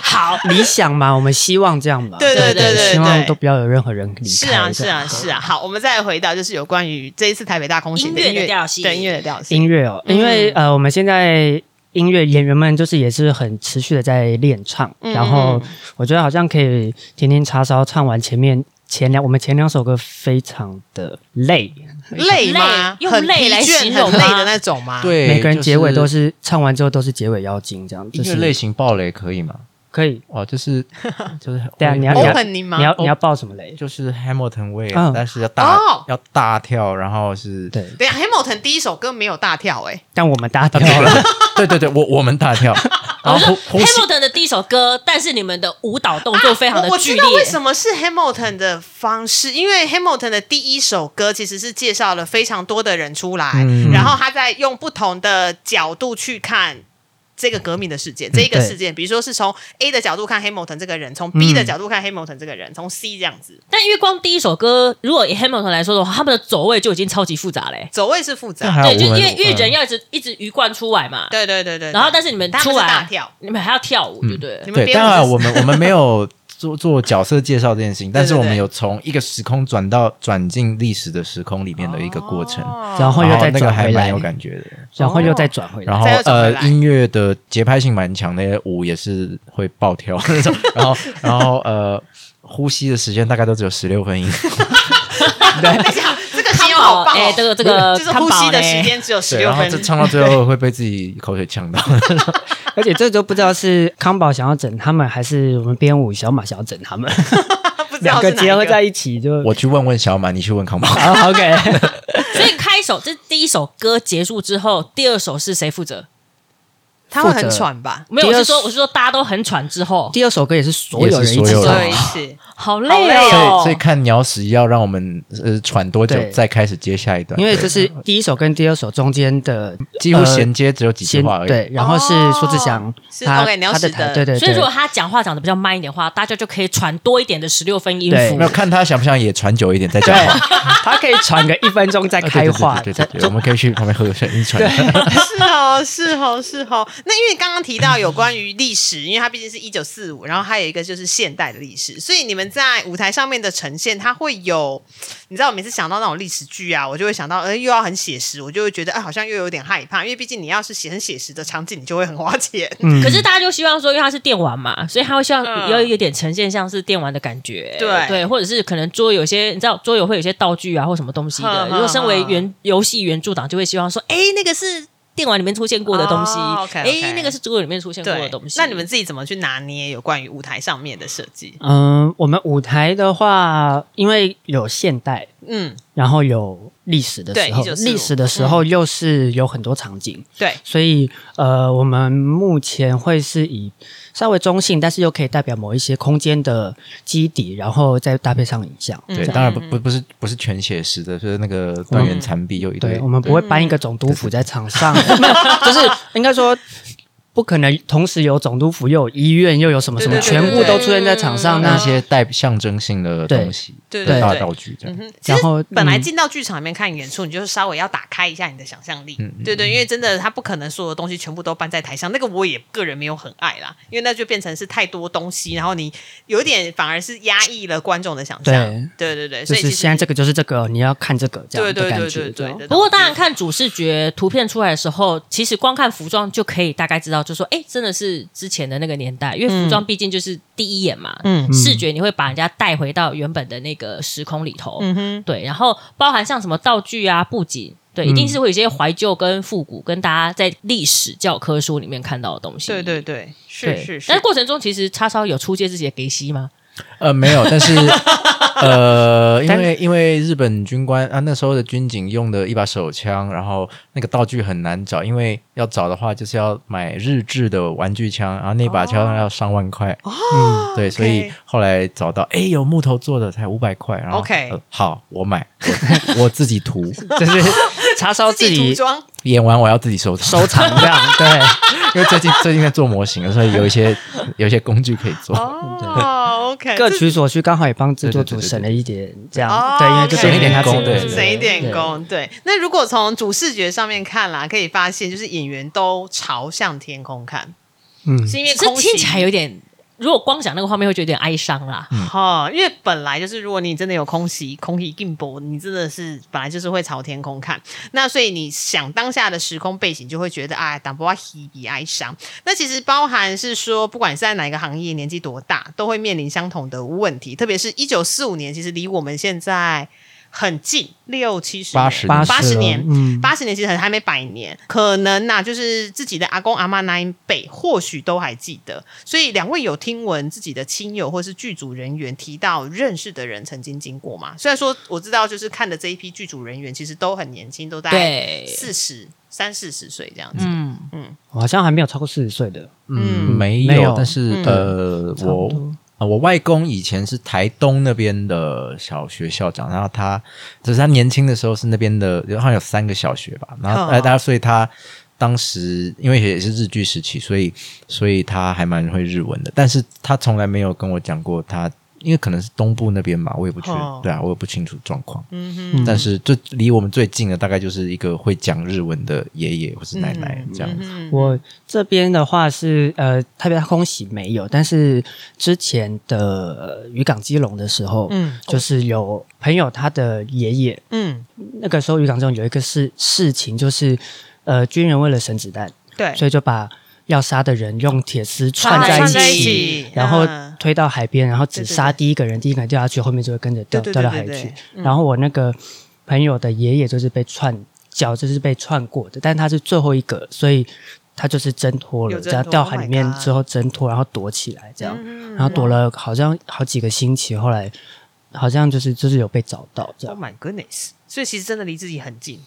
Speaker 2: 好，
Speaker 4: 理想嘛，我们希望这样吧。
Speaker 1: 对对
Speaker 2: 对对
Speaker 1: 对
Speaker 4: 希望
Speaker 1: 对
Speaker 4: 都不要有任何人离开。
Speaker 1: 是啊，
Speaker 4: 这
Speaker 1: 是
Speaker 4: 样
Speaker 1: 啊，是啊。好，我们再回到就是有关于这一次台北大空袭
Speaker 2: 音
Speaker 1: 的
Speaker 2: 乐的
Speaker 1: 音乐
Speaker 2: 调性
Speaker 1: 对音乐的调性。
Speaker 4: 音乐哦，
Speaker 1: 嗯
Speaker 4: 因为、呃，我们现在音乐演员们就是也是很持续的在练唱，
Speaker 1: 嗯
Speaker 4: 然后我觉得好像可以天天叉烧唱完前面前两，我们前两首歌非常的累，
Speaker 1: 累吗？
Speaker 2: 用
Speaker 1: 很
Speaker 2: 累
Speaker 1: 疲
Speaker 2: 来
Speaker 1: 倦
Speaker 2: 形容
Speaker 1: 很累
Speaker 2: 吗
Speaker 1: 的那种吗？，
Speaker 3: 对，
Speaker 4: 每个人结尾都
Speaker 3: 是
Speaker 4: 是唱完之后都是结尾妖精这样，就
Speaker 3: 音
Speaker 4: 是
Speaker 3: 乐类型爆雷可以吗？
Speaker 4: 可以。
Speaker 3: 哦，就是
Speaker 4: *laughs*
Speaker 3: 就是
Speaker 4: 对啊，你要你要
Speaker 1: Opening 吗
Speaker 4: 你要你要报什么雷？
Speaker 3: 就是 Hamilton Way，
Speaker 4: 嗯
Speaker 3: 但是要大
Speaker 1: 哦
Speaker 3: 要大跳，然后是
Speaker 4: 对，
Speaker 1: 等一下 Hamilton 第一首歌没有大跳哎，
Speaker 4: 但我们搭
Speaker 3: 啊
Speaker 4: 跳
Speaker 3: 对
Speaker 4: 了，
Speaker 3: *laughs* 对对对，我我们大
Speaker 2: *laughs*
Speaker 3: 跳，然后呼呼吸
Speaker 2: Hamilton 的第一首歌，但是你们的舞蹈动作非常的
Speaker 1: 啊我我
Speaker 2: 剧
Speaker 1: 知
Speaker 2: 烈。
Speaker 1: 道为什么是 Hamilton 的方式，因为 Hamilton 的第一首歌其实是介绍了非常多的人出来，
Speaker 3: 嗯
Speaker 1: 然后他在用不同的角度去看。这个革命的事件，这一个
Speaker 4: 对
Speaker 1: 事件，比如说是从 A 的角度看 Hamilton 这个人，从 B 的
Speaker 4: 嗯
Speaker 1: 角度看 Hamilton 这个人，从 C 这样子，
Speaker 2: 但因为光第一首歌，如果以 Hamilton 来说的话，他们的走位就已经超级复杂嘞、
Speaker 1: 走位是复
Speaker 3: 那
Speaker 1: 杂，
Speaker 3: 还
Speaker 2: 对，
Speaker 3: 有
Speaker 2: 就
Speaker 3: 我
Speaker 2: 因
Speaker 3: 们
Speaker 2: 为因为
Speaker 3: 嗯
Speaker 2: 人要一直一直鱼贯出来嘛，
Speaker 1: 对对对对。对
Speaker 2: 然后但是你们
Speaker 1: 他们
Speaker 2: 出
Speaker 1: 是大
Speaker 2: 来，
Speaker 1: 跳，
Speaker 2: 你们还要跳舞，对不对？
Speaker 1: 你们
Speaker 3: 对，
Speaker 1: 编
Speaker 3: 当
Speaker 1: 的
Speaker 3: 然
Speaker 1: 是
Speaker 3: 我们我们没有做做角色介绍这件事情，
Speaker 2: *laughs*
Speaker 3: 但是我们有从一个时空转到转进历史的时空里面的一个过程，
Speaker 2: 哦
Speaker 1: 哦
Speaker 4: 然后又
Speaker 3: 然后
Speaker 4: 再
Speaker 3: 哦那个
Speaker 4: 转
Speaker 3: 还
Speaker 4: 回
Speaker 3: 蛮
Speaker 4: 来
Speaker 3: 有，感觉的。
Speaker 4: *laughs* 然后又再转回来
Speaker 3: 然。后
Speaker 1: 再又转回
Speaker 3: 呃
Speaker 1: 来，
Speaker 3: 音乐的节拍性蛮强的，舞也是会爆跳那种。然后然后呃，呼吸的时间大概都只有十六分音。
Speaker 1: 这个心好棒、哦，
Speaker 2: 哎、这个这个哎
Speaker 1: 就是呼吸的时，
Speaker 2: 康宝嘞
Speaker 1: 间只有十
Speaker 3: 对，
Speaker 1: 六
Speaker 3: 然后
Speaker 1: 分
Speaker 3: 这。唱到最后会被自己口水呛到。
Speaker 4: 而且这都不知道是康宝想要整他们，还是我们编舞小马想要整他们，
Speaker 1: 不知道
Speaker 4: 两
Speaker 1: 是
Speaker 4: 个
Speaker 1: 哪
Speaker 4: 结合
Speaker 1: 一个
Speaker 4: 在一起就 *laughs*
Speaker 3: 我去问问小马，你去问康宝。
Speaker 4: 好 OK。
Speaker 2: 所以开首这第一首歌结束之后，第二首是谁负责？
Speaker 1: 他会很喘吧？
Speaker 2: 没有，我
Speaker 4: 第二
Speaker 2: 是说我是说大家都很喘之后，
Speaker 4: 第二首歌也是所有人一
Speaker 3: 也
Speaker 4: 起
Speaker 3: 是所有
Speaker 4: 唱
Speaker 3: 人
Speaker 1: 所，以是
Speaker 2: 好累
Speaker 1: 好累哦
Speaker 3: 所
Speaker 2: 哦。
Speaker 3: 以所以看鸟屎要让我们呃喘多久
Speaker 4: 对
Speaker 3: 再开始接下一段，
Speaker 4: 因为这是第一首跟第二首中间的
Speaker 3: 几乎
Speaker 4: 呃
Speaker 3: 衔接只有几句
Speaker 4: 先
Speaker 3: 话而已。
Speaker 4: 对，然后是
Speaker 1: 哦
Speaker 4: 苏志祥
Speaker 1: 是
Speaker 4: 他
Speaker 1: OK，你要
Speaker 4: 他的
Speaker 1: 使得
Speaker 4: 台对对
Speaker 2: 所以如果
Speaker 4: 对，
Speaker 2: 他讲话讲的比较慢一点的话，大家就可以喘多一点的十六分音
Speaker 4: 对
Speaker 2: 符
Speaker 3: 没。有看他想不想也传久一点再讲
Speaker 4: 对
Speaker 3: 话。
Speaker 4: *laughs* 他可以喘个一分钟再
Speaker 3: *laughs* 啊对
Speaker 4: 开
Speaker 3: 对
Speaker 4: 话，
Speaker 3: 对对
Speaker 4: 再
Speaker 3: 对对对，我们可以去旁边喝个水，一传。
Speaker 1: 是哦，是哦，是哦。那因为刚刚提到有关于历史，因为它毕竟是一九四五，然后还有一个就是现代的历史，所以你们在舞台上面的呈现，它会有，你知道，我每次想到那种历史剧啊，我就会想到，呃，又要很写实，我就会觉得，哎、好像又有点害怕，因为毕竟你要是写很写实的场景，你就会很花钱。
Speaker 4: 嗯
Speaker 2: 可是大家就希望说，因为它是电玩嘛，所以他会希望
Speaker 1: 嗯
Speaker 2: 要有一点呈现像是电玩的感觉，
Speaker 1: 对
Speaker 2: 对，或者是可能桌游有些你知道桌游会有些道具啊或什么东西
Speaker 1: 哼 *laughs*
Speaker 2: 的。
Speaker 1: 哼
Speaker 2: 如果身为
Speaker 1: 哼
Speaker 2: 原游戏原著党，就会希望说，哎，那个是电玩里面出现过的东西
Speaker 1: 哦，，OK，OK
Speaker 2: 哎，那个是桌游里面出现过的
Speaker 1: 对
Speaker 2: 东，西。
Speaker 1: 那你们自己怎么去拿捏有关于舞台上面的设计？
Speaker 4: 嗯，我们舞台的话，因为有现代，
Speaker 1: 嗯，
Speaker 4: 然后有历史的
Speaker 1: 对
Speaker 4: 时候，
Speaker 1: 1945
Speaker 4: 历史的时候又是有很多场景，
Speaker 1: 对，
Speaker 4: 所以呃，我们目前会是以稍微中性，但是又可以代表某一些空间的基底，然后再搭配上影像。
Speaker 3: 对，当然不不不是不是全写实的，就是那个断垣残壁有一堆
Speaker 4: *laughs* 对，我。们不会搬一个总督府在场上，没有就是应该说不可能同时有总督府，又有医院，又有什么什么，
Speaker 1: 对对对
Speaker 4: 全部都出现在场上。
Speaker 1: 对对对
Speaker 4: 那
Speaker 3: 那些带象征性的
Speaker 4: 对
Speaker 3: 东西，
Speaker 1: 对
Speaker 4: 对
Speaker 3: 大
Speaker 1: 对
Speaker 3: 道具这样。
Speaker 1: 嗯
Speaker 4: 然后
Speaker 1: 其实本来
Speaker 4: 嗯
Speaker 1: 进到剧场里面看演出，你就是稍微要打开一下你的想象力，
Speaker 3: 嗯嗯
Speaker 1: 对对，因为真的他不可能所有东西全部都搬在台上，那个我也个人没有很爱啦，因为那就变成是太多东西，然后你有点反而是压抑了观众的想象，对对对，
Speaker 4: 就
Speaker 1: 所以
Speaker 4: 是
Speaker 1: 其实
Speaker 4: 现在这个就是这个，你要看这个这
Speaker 1: 对
Speaker 4: 样
Speaker 1: 对对
Speaker 4: 的感
Speaker 1: 对
Speaker 4: 觉。
Speaker 1: 对
Speaker 4: 对
Speaker 1: 对。
Speaker 2: 不过当然，看主视觉图片出来的时候，其实光看服装就可以大概知道，就说哎，诶真的是之前的那个年代，因为服装毕竟就是第一眼嘛，
Speaker 1: 嗯
Speaker 2: 视觉你会把人家带回到原本的那个时空里头，
Speaker 1: 嗯哼，
Speaker 2: 对，然后包含像什么道具啊、布景，
Speaker 1: 嗯
Speaker 2: 对，一定是会有一些怀旧跟复古，跟大家在历史教科书里面看到的东西，
Speaker 1: 对对对，是
Speaker 2: 对。
Speaker 1: 是是
Speaker 2: 但，过程中其实叉烧有出借自己的给息吗？
Speaker 3: 呃，没有，
Speaker 1: *laughs*
Speaker 3: 但是呃，因为因为日本军官啊，那时候的军警用的一把手枪，然后那个道具很难找，因为要找的话就是要买日制的玩具枪，然后那把枪要上万块，嗯，对，所以
Speaker 1: 哦 OK
Speaker 3: 后来找到，哎，有木头做的才五百块，然后
Speaker 1: OK
Speaker 3: 呃好，
Speaker 1: *laughs*
Speaker 3: 我买，我我自己涂，
Speaker 4: 就是叉烧自
Speaker 1: 自己涂
Speaker 4: 己
Speaker 1: 装，
Speaker 3: 演完我要自己收藏，
Speaker 4: 收藏这样，对，
Speaker 3: *laughs* 因为最近最近在做模型，所以有一些有一些工具可以做，
Speaker 1: 哦，OK，
Speaker 4: 各
Speaker 1: 这
Speaker 4: 取所需，刚好也帮制作
Speaker 3: 对对对
Speaker 4: 组
Speaker 3: 对
Speaker 4: 省了一点这样
Speaker 1: 哦，，
Speaker 4: 对，因为就
Speaker 3: 省
Speaker 4: 是
Speaker 3: 一点
Speaker 4: 他自己
Speaker 3: 工对
Speaker 4: 的
Speaker 1: 省一点
Speaker 4: 对
Speaker 1: 工，对。那如果从主视觉上面看啦，可以发现就是演员都朝向天空看，
Speaker 4: 嗯，
Speaker 1: 是因为
Speaker 2: 这
Speaker 1: 空
Speaker 2: 听起来
Speaker 1: 袭
Speaker 2: 有点，如果光想那个画面会觉得有点哀伤啦。
Speaker 1: 哈、因为本来就是，如果你真的有空袭、空袭进波，你真的是本来就是会朝天空看。那所以你想当下的时空背景，就会觉得啊，当波啊，喜比哀伤。那其实包含是说，不管是在哪一个行业，年纪多大，都会面临相同的问题。特别是一九四五年，其实离我们现在很近，六七十年
Speaker 3: 80
Speaker 4: 八
Speaker 1: 八十年，
Speaker 4: 嗯，
Speaker 1: 八十年其实还没百年，可能呐、就是自己的阿公阿妈那一辈，或许都还记得。所以两位有听闻自己的亲友或是剧组人员提到认识的人曾经经过吗？虽然说我知道，就是看的这一批剧组人员其实都很年轻，都大概
Speaker 2: 对，
Speaker 1: 四十三四十岁这样子。
Speaker 2: 嗯，
Speaker 4: 我好像还没有超过四十岁的，
Speaker 3: 嗯，没
Speaker 4: 没有
Speaker 3: 但是、
Speaker 1: 嗯
Speaker 3: 呃，我啊我外公以前是台东那边的小学校长，然后他就是他年轻的时候是那边的，好像有三个小学吧，然后
Speaker 1: 哦
Speaker 3: 呃，他所以他当时因为也是日据时期，所以所以他还蛮会日文的，但是他从来没有跟我讲过他。因为可能是东部那边吧，我也不确、
Speaker 1: 哦
Speaker 3: 对啊，我也不清楚状况。
Speaker 1: 嗯哼，
Speaker 4: 嗯
Speaker 3: 但是最离我们最近的大概就是一个会讲日文的爷爷或是奶奶这样子。
Speaker 1: 嗯哼
Speaker 4: 我这边的话是呃，特别空袭没有，但是之前的呃渔港基隆的时候，
Speaker 1: 嗯
Speaker 4: 就是有朋友他的爷爷，
Speaker 1: 嗯，
Speaker 4: 那个时候渔港基隆有一个事事情，就是呃，军人为了省子弹，
Speaker 1: 对，
Speaker 4: 所以就把要杀的人用铁丝串
Speaker 1: 串
Speaker 4: 在一
Speaker 1: 在一
Speaker 4: 起，
Speaker 1: 起
Speaker 4: 然后
Speaker 1: 嗯
Speaker 4: 推到海边，然后只
Speaker 1: 对
Speaker 4: 杀
Speaker 1: 对
Speaker 4: 第一个人，第一个人掉下去，后面就会跟着掉
Speaker 1: 对对对
Speaker 4: 掉到海
Speaker 1: 对对
Speaker 4: 去。
Speaker 1: 嗯
Speaker 4: 然后我那个朋友的爷爷就是被串脚，就是被串过的，但他是最后一个，所以他就是挣脱
Speaker 1: 有
Speaker 4: 了，
Speaker 1: 挣脱
Speaker 4: 这样掉海里
Speaker 1: Oh
Speaker 4: 面
Speaker 1: my God
Speaker 4: 之后挣脱，然后躲起来这样，
Speaker 1: 嗯
Speaker 4: 然后躲了好像好几个星期，后来好像就是就是有被找到这
Speaker 1: Oh
Speaker 4: 样。
Speaker 1: my goodness！所以其实真的离自己很近。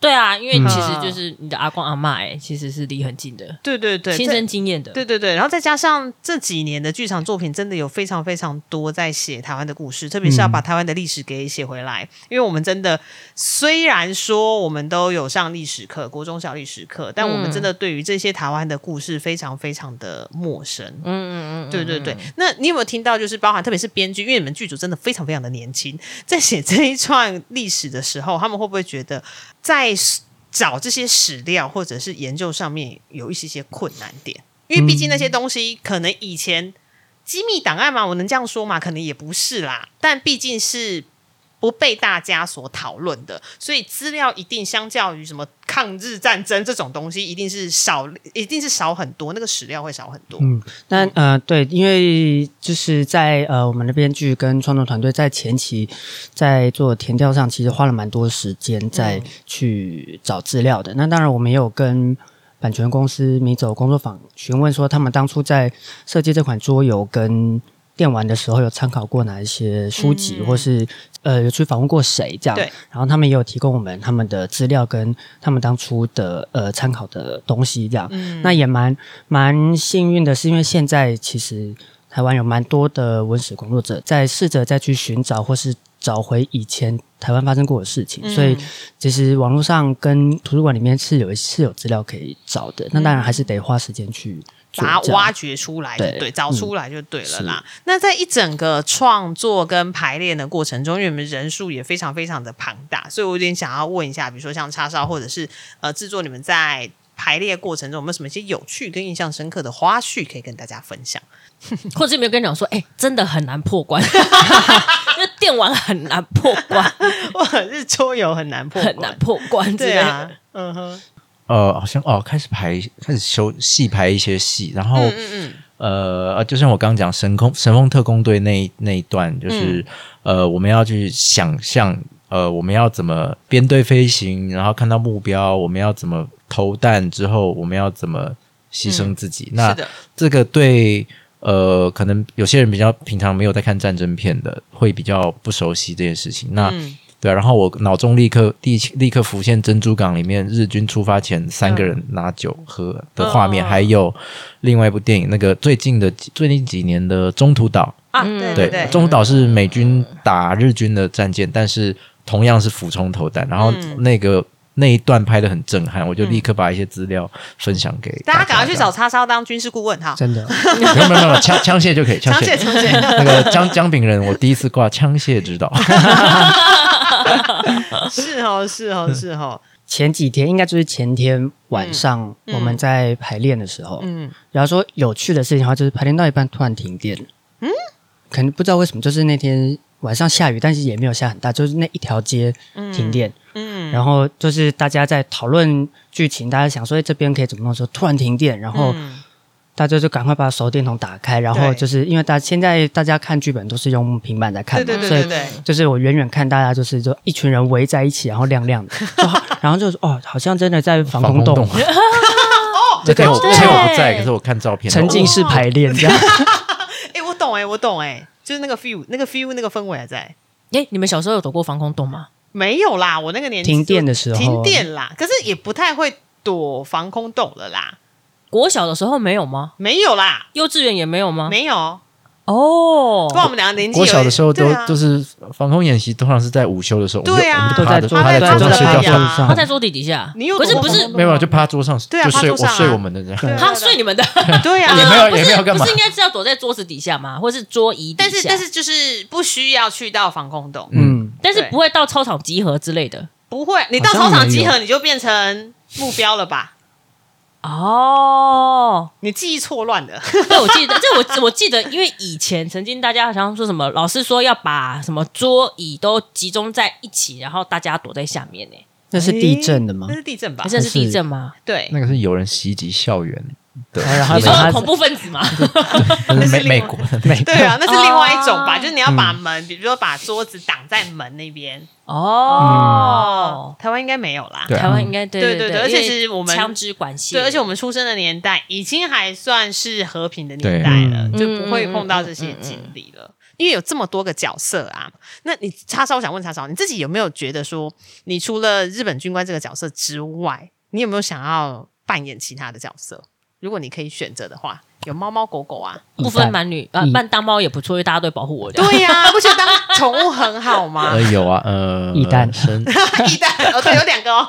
Speaker 2: 对啊，因为
Speaker 4: 嗯
Speaker 2: 其实就是你的阿公阿妈，哎，其实是离很近的，
Speaker 1: 对对对，
Speaker 2: 亲
Speaker 1: 这
Speaker 2: 身经验的。
Speaker 1: 对对对，然后再加上这几年的剧场作品，真的有非常非常多在写台湾的故事，特别是
Speaker 2: 嗯
Speaker 1: 要把台湾的历史给写回来。因为我们真的虽然说我们都有上历史课，国中小历史课，但我们
Speaker 2: 嗯
Speaker 1: 真的对于这些台湾的故事非常非常的陌生。
Speaker 2: 嗯嗯嗯嗯，
Speaker 1: 对对对，那你有没有听到？就是包含特别是编剧，因为你们剧组真的非常非常的年轻，在写这一串历史的时候，他们会不会觉得在找这些史料或者是研究上面有一些些困难点？因为毕竟那
Speaker 4: 嗯
Speaker 1: 些东西可能以前机密档案嘛，我能这样说嘛？可能也不是啦，但毕竟是不被大家所讨论的，所以资料一定相较于什么抗日战争这种东西，一定是少，一定是少很多，那个史料会少很多。
Speaker 4: 嗯，那呃，对，因为就是在呃，我们的编剧跟创作团队在前期在做填调上，其实花了蛮多时间在去找资料的。那当然，我们也有跟版权公司米走工作坊询问说，他们当初在设计这款桌游跟电玩的时候，有参考过哪一些书籍，
Speaker 1: 嗯
Speaker 4: 或是呃，有去访问过谁这样。
Speaker 1: 对。
Speaker 4: 然后他们也有提供我们他们的资料跟他们当初的呃参考的东西这样。
Speaker 1: 嗯
Speaker 4: 那也蛮蛮幸运的，是因为现在其实台湾有蛮多的文史工作者在试着再去寻找或是找回以前台湾发生过的事情，嗯
Speaker 1: 嗯
Speaker 4: 所以其实网络上跟图书馆里面是有是有资料可以找的。那当然还是得花时间去
Speaker 1: 嗯
Speaker 4: 做
Speaker 1: 把它
Speaker 4: 这样
Speaker 1: 挖掘出来就对，
Speaker 4: 对
Speaker 1: 找
Speaker 2: 嗯
Speaker 1: 出来就对了啦。那在一整个创作跟排练的过程中，因为你们人数也非常非常的庞大，所以我有点想要问一下，比如说像叉烧或者是呃制作，你们在排列过程中有没有什么一些有趣跟印象深刻的花絮可以跟大家分享？
Speaker 2: *laughs*
Speaker 1: *laughs*
Speaker 2: 或者是有没有跟你讲说，哎、真的很难破关，因为电玩很难破关，
Speaker 1: 或者是桌游很难破
Speaker 2: 很
Speaker 1: 关
Speaker 2: 难，破关之类
Speaker 1: 对
Speaker 2: 的。
Speaker 1: 啊，嗯
Speaker 4: *laughs*
Speaker 1: 哼，
Speaker 3: 呃，好像哦，开始排开始修戏排一些戏，然后、
Speaker 1: 嗯嗯
Speaker 3: 呃呃，就像我刚刚讲神空神风特工队那一那一段，就是、
Speaker 1: 嗯
Speaker 3: 呃，我们要去想象，呃，我们要怎么编队飞行，然后看到目标，我们要怎么投弹之后，我们要怎么牺牲自己？
Speaker 1: 嗯，是
Speaker 3: 那
Speaker 1: 的，
Speaker 3: 这个对呃，可能有些人比较平常没有在看战争片的，会比较不熟悉这件事情。那、
Speaker 1: 嗯
Speaker 3: 对、啊，然后我脑中立刻立立刻浮现珍珠港里面日军出发前三个人拿酒喝的画面，
Speaker 1: 嗯
Speaker 3: 还有另外一部电影，那个最近的最近几年的中途岛，
Speaker 1: 啊，
Speaker 2: 嗯
Speaker 1: 对
Speaker 3: 对，
Speaker 1: 对，
Speaker 3: 中途岛是美军打日军的战舰，但是同样是俯冲投弹，然后
Speaker 1: 嗯
Speaker 3: 那个。那一段拍的很震撼，我就立刻把一些资料分享给
Speaker 1: 大家
Speaker 3: 家
Speaker 1: 赶快去找叉烧当军事顾问哈，
Speaker 4: 真的，
Speaker 3: 没有没有没有枪枪械就可以，枪
Speaker 1: 长姐
Speaker 3: 械。
Speaker 1: 长姐。
Speaker 3: 那个姜姜饼人，我第一次挂枪械指导。
Speaker 1: 是哦，是哦，是哦，
Speaker 4: 前几天应该就是前天晚上
Speaker 1: 嗯
Speaker 4: 我们在排练的时候，
Speaker 1: 嗯，
Speaker 4: 然后说有趣的事情的话，就是排练到一半突然停电了。嗯，可能不知道为什么，就是那天晚上下雨，但是也没有下很大，就是那一条街停电。
Speaker 1: 嗯，
Speaker 4: 然后就是大家在讨论剧情，大家想说哎这边可以怎么弄的时候，突然停电，然后
Speaker 1: 嗯
Speaker 4: 大家就赶快把手电筒打开，然后
Speaker 1: 对
Speaker 4: 就是因为大现在大家看剧本都是用平板在看
Speaker 1: 对
Speaker 2: 嗯
Speaker 4: 嘛，
Speaker 1: 对对
Speaker 4: 所以
Speaker 1: 对对，
Speaker 4: 就是我远远看大家就是就一群人围在一起，然后亮
Speaker 1: *laughs*
Speaker 4: 亮的，就好然后就是哦，好像真的在防空洞
Speaker 3: 洞。
Speaker 1: 哦
Speaker 3: 这个我
Speaker 2: 对
Speaker 3: 虽然我不在，可是我看照片。
Speaker 4: 沉浸式排练这样。
Speaker 1: 哎、我懂哎、我懂哎、就是那个 feel，那个 feel，那个氛围还在。
Speaker 2: 哎、你们小时候有躲过防空洞吗？
Speaker 1: 没有啦，我那个年纪就
Speaker 4: 停电的
Speaker 3: 啊
Speaker 4: 时候
Speaker 1: 停电啦，可是也不太会躲防空洞了啦，
Speaker 2: 国小的时候没有吗？
Speaker 1: 没有啦，
Speaker 2: 幼稚园也没有吗？
Speaker 1: 没有。
Speaker 2: 哦
Speaker 1: 不，然我们两个年纪有
Speaker 3: 啊国小的时候都
Speaker 1: 对啊
Speaker 3: 就是防空演习，通常是在午休的时候，我们就
Speaker 1: 对啊
Speaker 3: 我们就趴着
Speaker 4: 都在
Speaker 3: 趴在
Speaker 4: 坐
Speaker 3: 桌上
Speaker 4: 在
Speaker 3: 睡觉
Speaker 4: 趴
Speaker 3: 上
Speaker 2: 他
Speaker 4: 着，
Speaker 2: 在桌底底下，
Speaker 1: 你有
Speaker 2: 可是
Speaker 1: 躲
Speaker 2: 不
Speaker 1: 过
Speaker 2: 是
Speaker 1: 防空
Speaker 3: 没有就趴桌上，
Speaker 1: 对啊
Speaker 3: 就睡
Speaker 1: 趴桌
Speaker 3: 我
Speaker 1: 上啊
Speaker 3: 睡我们的这样。
Speaker 2: 他睡你们的，
Speaker 1: 对啊，
Speaker 3: 也没有
Speaker 2: 不
Speaker 3: 也没有
Speaker 2: 是
Speaker 3: 干嘛
Speaker 2: 不是应该是要躲在桌子底下吗？或是桌椅底
Speaker 1: 但
Speaker 2: 下？
Speaker 1: 是但是就是不需要去到防空洞，
Speaker 4: 嗯，
Speaker 2: 但是
Speaker 1: 对
Speaker 2: 不会到操场集合之类的
Speaker 1: 不会，你到
Speaker 4: 好像
Speaker 1: 操场
Speaker 4: 没有
Speaker 1: 集合你就变成目标了吧？
Speaker 2: 哦。
Speaker 1: 你记忆错乱的，
Speaker 2: *laughs* 对，我记得，这我我记得，因为以前曾经大家好像说什么，老师说要把什么桌椅都集中在一起，然后大家躲在下面呢、
Speaker 4: 那是地震的吗
Speaker 1: 啊那？是地震吧
Speaker 2: 好？像是地震吗？
Speaker 1: 对，
Speaker 3: 那个是有人袭击校园的，
Speaker 4: 然后
Speaker 2: 你
Speaker 4: 把
Speaker 2: 说
Speaker 4: 它
Speaker 2: 恐怖分子吗？
Speaker 3: 那
Speaker 1: 那是
Speaker 3: 是美
Speaker 1: 另外
Speaker 3: 美国的
Speaker 1: *laughs*
Speaker 3: 美
Speaker 1: 对啊，那是另外一种吧，
Speaker 2: 哦
Speaker 1: 就是你要把门，比如说把桌子挡在门那边。
Speaker 2: 哦，
Speaker 1: 台湾应该没有啦。
Speaker 3: 对啊
Speaker 2: 台湾应该对
Speaker 1: 嗯对
Speaker 2: 对
Speaker 1: 对而且
Speaker 2: 因为
Speaker 1: 其实我们
Speaker 2: 枪支管系，
Speaker 1: 对，而且我们出生的年代已经还算是和平的年
Speaker 3: 对
Speaker 1: 代了，
Speaker 4: 嗯
Speaker 1: 就不会碰到这些经历了。因为有这么多个角色啊，那你叉烧，我想问叉烧，你自己有没有觉得说，你除了日本军官这个角色之外，你有没有想要扮演其他的角色？如果你可以选择的话，有猫猫狗狗啊，
Speaker 2: 不分男女啊，
Speaker 4: 嗯
Speaker 2: 扮当猫也不错，因为大家都会保护我这样。
Speaker 1: 对呀、不觉得当宠物很好吗
Speaker 3: 呃？有啊，呃，
Speaker 4: 一弹
Speaker 3: 神
Speaker 1: *laughs* 一代哦，对，有两个哦，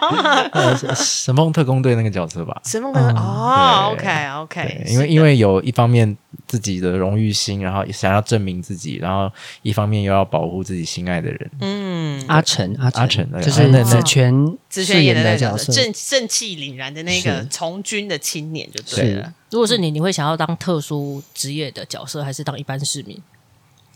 Speaker 3: 呃神风特工队那个角色吧，
Speaker 1: 神梦的哦，OK
Speaker 3: 对
Speaker 1: OK，，
Speaker 3: 因为因为有一方面自己的荣誉心，然后想要证明自己，然后一方面又要保护自己心爱的人。
Speaker 1: 嗯，
Speaker 4: 阿成，阿
Speaker 3: 阿成
Speaker 4: 就
Speaker 3: 哎那
Speaker 4: 是
Speaker 1: 那
Speaker 4: 子权
Speaker 1: 子
Speaker 4: 饰
Speaker 1: 轩演的那
Speaker 4: 的
Speaker 1: 个
Speaker 4: 角
Speaker 1: 角
Speaker 4: 色
Speaker 1: 色，正正气凛然的那个
Speaker 4: 是
Speaker 1: 从军的青年就对了。
Speaker 2: 如果是你，你会想要当特殊职业的角色，还是当一般市民？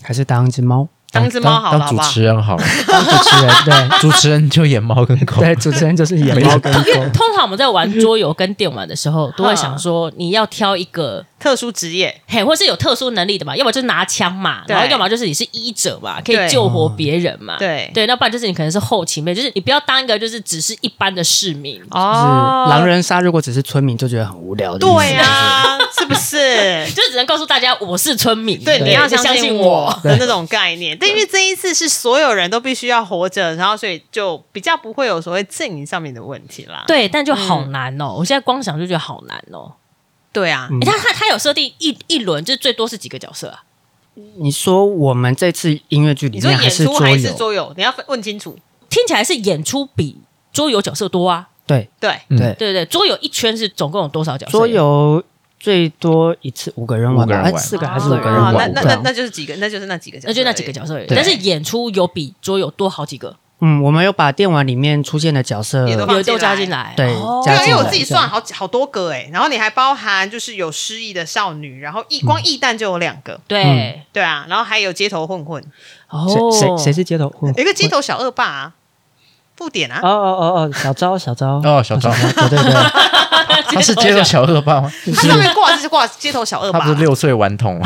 Speaker 4: 还是当一只猫？
Speaker 1: 当一只猫好了，
Speaker 3: 当
Speaker 1: 好
Speaker 3: 主
Speaker 1: 不好？
Speaker 3: 持人好了， *laughs*
Speaker 4: 当主持人，对
Speaker 3: 主持人就演猫跟狗。
Speaker 4: 对，主持人就是演猫
Speaker 1: *laughs*
Speaker 4: 跟狗。
Speaker 2: 通常我们在玩桌游跟电玩的时候，都会想说你要挑一个
Speaker 1: 特殊职业，
Speaker 2: 嘿，或是有特殊能力的嘛，要么就是拿枪嘛，
Speaker 1: 对
Speaker 2: 然后要么就是你是医者嘛，可
Speaker 1: 对哦
Speaker 2: 以救活别人嘛，
Speaker 1: 对
Speaker 2: 对，那不然就是你可能是后勤妹，就是你不要当一个就是只是一般的市民。
Speaker 4: 就是
Speaker 1: 哦
Speaker 4: 狼人杀，如果只是村民就觉得很无聊的意思。
Speaker 1: 对啊呀，是不是？ *laughs*
Speaker 2: 就只能告诉大家我是村民，
Speaker 1: 对，你要
Speaker 2: 相
Speaker 1: 信
Speaker 2: 我。
Speaker 1: 的那种概念。但因为这一次是所有人都必须要活着，然后所以就比较不会有所谓阵营上面的问题啦。
Speaker 2: 对，但就好难哦！我现在光想就觉得好难哦。
Speaker 1: 对啊，
Speaker 4: 嗯
Speaker 2: 诶他他他有设定一一轮，就是最多是几个角色啊？
Speaker 4: 你说我们这次音乐剧里
Speaker 1: 你说
Speaker 4: 面还
Speaker 1: 演
Speaker 4: 是
Speaker 1: 出
Speaker 4: 桌
Speaker 1: 还是
Speaker 4: 游？
Speaker 1: 桌游？你要分问清楚。
Speaker 2: 起来是演出比桌游角色多啊，
Speaker 4: 对
Speaker 1: 对，
Speaker 3: 嗯
Speaker 4: 对，
Speaker 2: 对对对，桌游一圈是总共有多少角色？
Speaker 4: 桌游最多一次五个人玩
Speaker 3: 五个
Speaker 4: 吧，
Speaker 3: 人
Speaker 4: 哎
Speaker 3: 玩
Speaker 4: 四个
Speaker 2: 哦
Speaker 4: 还是五
Speaker 2: 对
Speaker 4: 个
Speaker 1: 啊
Speaker 4: 人玩？
Speaker 1: 那
Speaker 4: 五
Speaker 1: 那
Speaker 4: 个
Speaker 1: 那
Speaker 4: 人
Speaker 1: 那就是几个，那就是那几个角色，
Speaker 2: 那就那几个角色而已，
Speaker 4: 对
Speaker 2: 但是演出有比桌游多好几个，
Speaker 4: 嗯，我们有把电玩里面出现的角色
Speaker 1: 也都放
Speaker 2: 有都加
Speaker 1: 进
Speaker 2: 进来，
Speaker 4: 对
Speaker 2: 哦
Speaker 1: 对
Speaker 4: 加
Speaker 1: 啊，因
Speaker 4: 进
Speaker 1: 为我
Speaker 4: 来嗯
Speaker 1: 自己
Speaker 4: 这样
Speaker 1: 算好几好多个哎、然后你还包含就是有失忆的少女，然后
Speaker 3: 嗯
Speaker 1: 一光一弹就有两个，
Speaker 2: 对，
Speaker 1: 对啊，然后还有街头混混，
Speaker 2: 哦，
Speaker 4: 谁谁谁是街头？
Speaker 3: 嗯
Speaker 1: 有一个街头小恶霸啊，不点啊
Speaker 4: 哦，哦哦哦，小昭小昭
Speaker 3: *laughs* 哦小
Speaker 1: *laughs*
Speaker 3: 昭
Speaker 4: 对对对，
Speaker 3: 他是街头小恶霸吗？
Speaker 1: 他上面挂的是挂街头小恶
Speaker 3: 他
Speaker 1: 霸
Speaker 3: 不，是六岁顽
Speaker 1: *laughs*
Speaker 3: 童吗？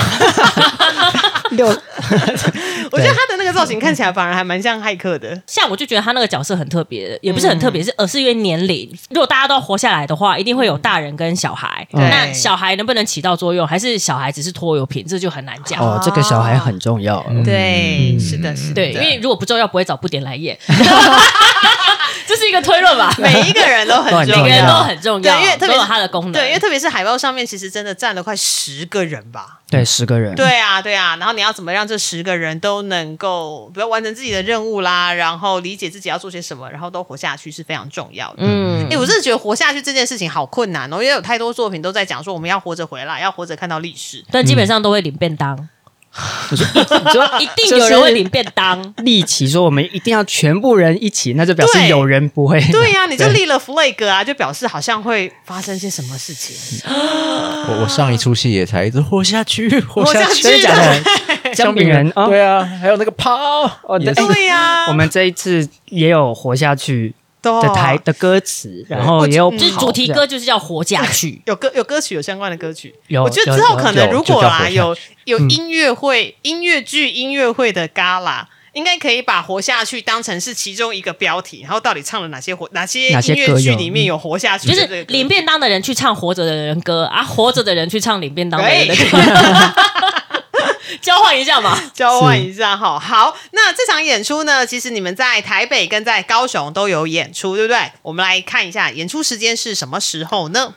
Speaker 4: 六
Speaker 1: 我觉得他的那个造型看起来反而还蛮像骇客
Speaker 3: 嗯
Speaker 1: 的，
Speaker 2: 像我就觉得他那个角色很特别的，也不是很特
Speaker 1: 嗯
Speaker 2: 别，是而是因为年龄。如果大家都要活下来的话，一定会有大人跟小孩。
Speaker 1: 嗯对
Speaker 2: 那小孩能不能起到作用，还是小孩只是拖油瓶，这就很难讲。
Speaker 4: 哦，这个小孩很重要。
Speaker 3: 嗯
Speaker 1: 对，是的，是的，
Speaker 2: 对，因为如果不重要，不会找不点来
Speaker 1: *laughs*
Speaker 2: 演。 *laughs* 这是一个推论吧？每
Speaker 1: 每一个人都很
Speaker 4: 每
Speaker 1: 重
Speaker 2: 个人
Speaker 1: 要。
Speaker 2: 都很重
Speaker 1: 对
Speaker 2: 要，，
Speaker 1: 因为特
Speaker 2: 都
Speaker 1: 别
Speaker 2: 有
Speaker 1: 是
Speaker 2: 它的功能。
Speaker 1: 对，因为特别是海报上面，其实真的站了快十个人吧。
Speaker 4: 对，十
Speaker 1: *laughs*
Speaker 4: 个人。
Speaker 1: 对啊，对啊，然后你要怎么让这十个人都能够，比如完成自己的任务啦，然后理解自己要做些什么，然后都活下去是非常重要的。嗯，
Speaker 2: 嗯
Speaker 1: 哎、，我真的觉得活下去这件事情好困难哦，因为有太多作品都在讲说我们要活着回来，要活着看到历史。
Speaker 2: 但
Speaker 4: 嗯
Speaker 2: 基本上都会领便
Speaker 1: *laughs*
Speaker 2: 当，一定
Speaker 4: 就是
Speaker 2: 有人会领便当。
Speaker 4: 立起说我们一定要全部人一起，那就表示
Speaker 1: 对
Speaker 4: 有人不会。
Speaker 1: *laughs*
Speaker 4: *laughs*
Speaker 1: 对呀、你就立了 flag 啊，就表示好像会发生些什么事情。
Speaker 3: 我我上一出戏也才一直活
Speaker 1: *laughs*
Speaker 3: 下去，活
Speaker 1: 下
Speaker 3: 下
Speaker 1: 去
Speaker 3: 去，
Speaker 4: 真的假的？姜饼人哦，
Speaker 3: *laughs* 对啊，还有那个抛，
Speaker 4: 哦
Speaker 3: 也是
Speaker 4: 对
Speaker 1: *laughs* *laughs* 对呀、啊
Speaker 4: 我们这一次也有活下去
Speaker 1: 都
Speaker 4: 的台的歌词，然后也有
Speaker 1: 哦我
Speaker 2: 就是
Speaker 4: 跑
Speaker 2: 主题歌，就是叫活下去。
Speaker 1: 有歌有歌曲有相关的歌曲，
Speaker 4: 有
Speaker 1: 我觉得之后
Speaker 4: 有
Speaker 1: 可能
Speaker 3: 有
Speaker 1: 如果啦
Speaker 3: 就叫
Speaker 1: 有有音乐会、音乐剧、音乐会的 gala。应该可以把“活下去”当成是其中一个标题，然后到底唱了哪些活哪些
Speaker 4: 哪些
Speaker 1: 音乐
Speaker 4: 歌
Speaker 1: 剧
Speaker 4: 有
Speaker 1: 里面有“活下去”
Speaker 2: 就
Speaker 1: 的这
Speaker 2: 是
Speaker 1: 个歌
Speaker 2: 领便当的人去唱活着的人歌啊，活着的人去唱领便当的人的歌， *laughs* 交换一下嘛。
Speaker 1: 交换一下哈。好，那这场演出呢，其实你们在台北跟在高雄都有演出，对不对？我们来看一下演出时间是什么时候呢？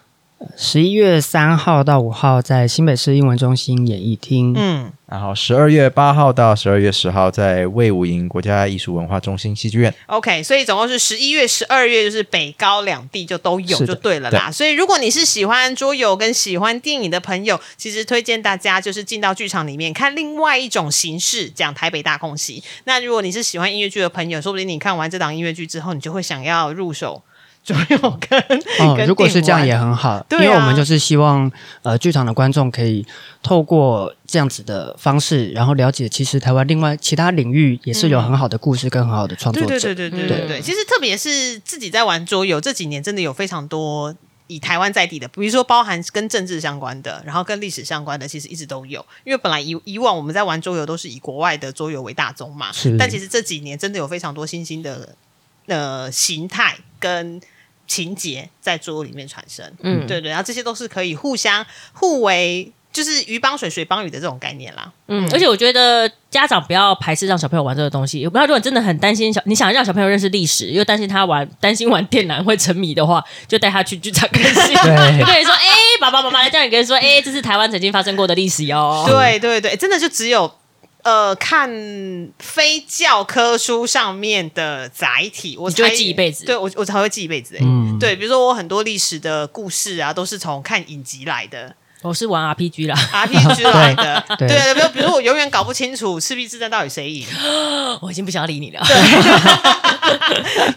Speaker 4: 十一月三号到五号在新北市英文中心演艺厅，
Speaker 1: 嗯，
Speaker 3: 然后十二月八号到十二月十号在魏武营国家艺术文化中心戏剧院，
Speaker 1: OK，所以总共是十一月、十二月，就是北高两地就都有，
Speaker 4: 是
Speaker 1: 就
Speaker 4: 的
Speaker 1: 对了啦。所以如果你是喜欢桌游跟喜欢电影的朋友，其实推荐大家就是进到剧场里面看另外一种形式，讲台北大空袭。那如果你是喜欢音乐剧的朋友，说不定你看完这档音乐剧之后，你就会想要入手桌游跟、
Speaker 4: 哦
Speaker 1: 跟，
Speaker 4: 如果是这
Speaker 1: 电
Speaker 4: 样
Speaker 1: 玩
Speaker 4: 也很好，
Speaker 1: 对啊
Speaker 4: 因为我们就是希望呃剧场的观众可以透过这样子的方式，然后了解其实台湾另外其他领域也是有很好的故事跟很好的创作
Speaker 1: 对
Speaker 4: 者。
Speaker 1: 嗯
Speaker 4: 哦嗯
Speaker 1: 对对对对对对，其实特别是自己在玩桌游这几年，真的有非常多。以台湾在地的，比如说包含跟政治相关的，然后跟历史相关的，其实一直都有。因为本来以以往我们在玩桌游都是以国外的桌游为大宗嘛
Speaker 4: 是，
Speaker 1: 但其实这几年真的有非常多新兴的呃形态跟情节在桌游里面产生。
Speaker 2: 嗯，
Speaker 1: 对对，然后这些都是可以互相互为，就是鱼帮水，水帮鱼的这种概念啦。
Speaker 2: 嗯，而且我觉得家长不要排斥让小朋友玩这个东西。有不要，如果你真的很担心小，你想让小朋友认识历史，又担心他玩，担心玩电缆会沉迷的话，就带他去剧场看 *laughs* 戏。
Speaker 4: 对
Speaker 2: 就跟你说，哎、爸爸妈妈来叫你跟你说，哎、这是台湾曾经发生过的历史哟。
Speaker 1: 对对对，真的就只有呃看非教科书上面的载体，我
Speaker 2: 你就会
Speaker 1: 才
Speaker 2: 记一辈子
Speaker 1: 对我我才会记一辈子、欸。
Speaker 4: 嗯
Speaker 1: 对，比如说我很多历史的故事啊，都是从看影集来的
Speaker 2: 我是玩 RPG 啦，
Speaker 1: ，RPG 来的。对
Speaker 4: 对
Speaker 1: 对，比如比如我永远搞不清楚赤壁之战到底谁赢。
Speaker 2: *laughs* 我已经不想理你了。
Speaker 1: *laughs*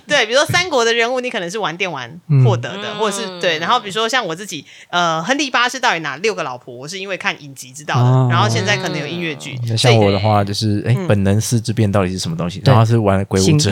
Speaker 1: 对，比如说三国的人物，你可能是玩电玩获得
Speaker 2: 嗯
Speaker 1: 的，或者是对。然后比如说像我自己，呃，亨利八世到底哪六个老婆，我是因为看影集知道的。
Speaker 4: 哦
Speaker 1: 然后现在可能有音乐剧，
Speaker 3: 那
Speaker 1: 所以
Speaker 3: 嗯
Speaker 1: 嗯
Speaker 3: 像我的话就是，哎，本能四肢变到底是什么东西？
Speaker 4: 对
Speaker 3: 然后是玩鬼舞者，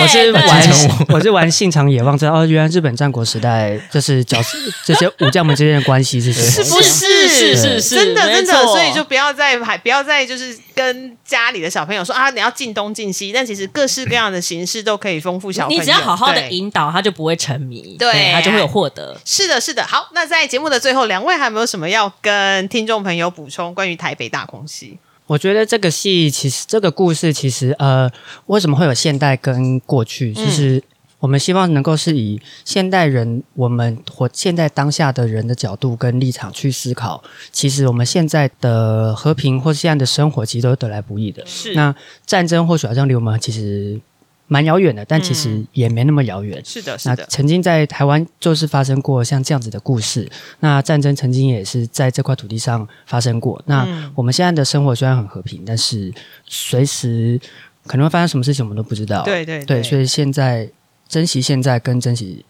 Speaker 4: 我
Speaker 2: 对
Speaker 4: 是玩，我是玩信长野望，知道哦，原来日本战国时代这是角色这些武将们之间的关系是什
Speaker 1: 是
Speaker 4: 么？
Speaker 1: 不是
Speaker 2: 是是是
Speaker 1: 真的
Speaker 2: 没
Speaker 1: 真的，
Speaker 2: 错
Speaker 1: 所以就不要再还不要再就是跟家里的小朋友说啊，你要进东进西，但其实各式各样的形式都可以丰富小朋
Speaker 2: 你
Speaker 1: 友。
Speaker 2: 只要好好的
Speaker 1: 对。
Speaker 2: 引导，他就不会沉迷，
Speaker 1: 对
Speaker 2: 他就会有获得。
Speaker 1: 是的，是的。好，那在节目的最后，两位还有没有什么要跟听众朋友补充关于台北大空袭？
Speaker 4: 我觉得这个戏其实这个故事其实呃，为什么会有现代跟过去？就是我们希望能够是以现代人我们活现在当下的人的角度跟立场去思考，其实我们现在的和平或是现在的生活，其实都是得来不易的。
Speaker 1: 是
Speaker 4: 那战争或许好像离我们其实蛮遥远的，但其实也没那么遥远。
Speaker 1: 是的，是
Speaker 4: 那
Speaker 1: 的，
Speaker 4: 曾经在台湾就是发生过像这样子的故事，那战争曾经也是在这块土地上发生过。
Speaker 1: 嗯
Speaker 4: 那我们现在的生活虽然很和平，但是随时可能会发生什么事情，我们都不知道。
Speaker 1: 对对
Speaker 4: 对，所以现在珍惜现在，跟珍惜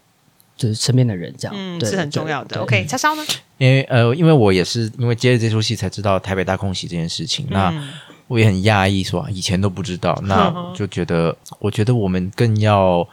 Speaker 4: 就是身边的人，这样
Speaker 1: 嗯，
Speaker 4: 对
Speaker 1: 是很
Speaker 4: 对
Speaker 1: 重要的。
Speaker 4: 对
Speaker 1: OK，叉烧呢？
Speaker 3: *laughs* 因为呃，因为我也是因为接着这出戏才知道台北大空袭这件事情，那
Speaker 1: 嗯
Speaker 3: 我也很讶异说，以前都不知道，那我就觉得，我觉得我们更要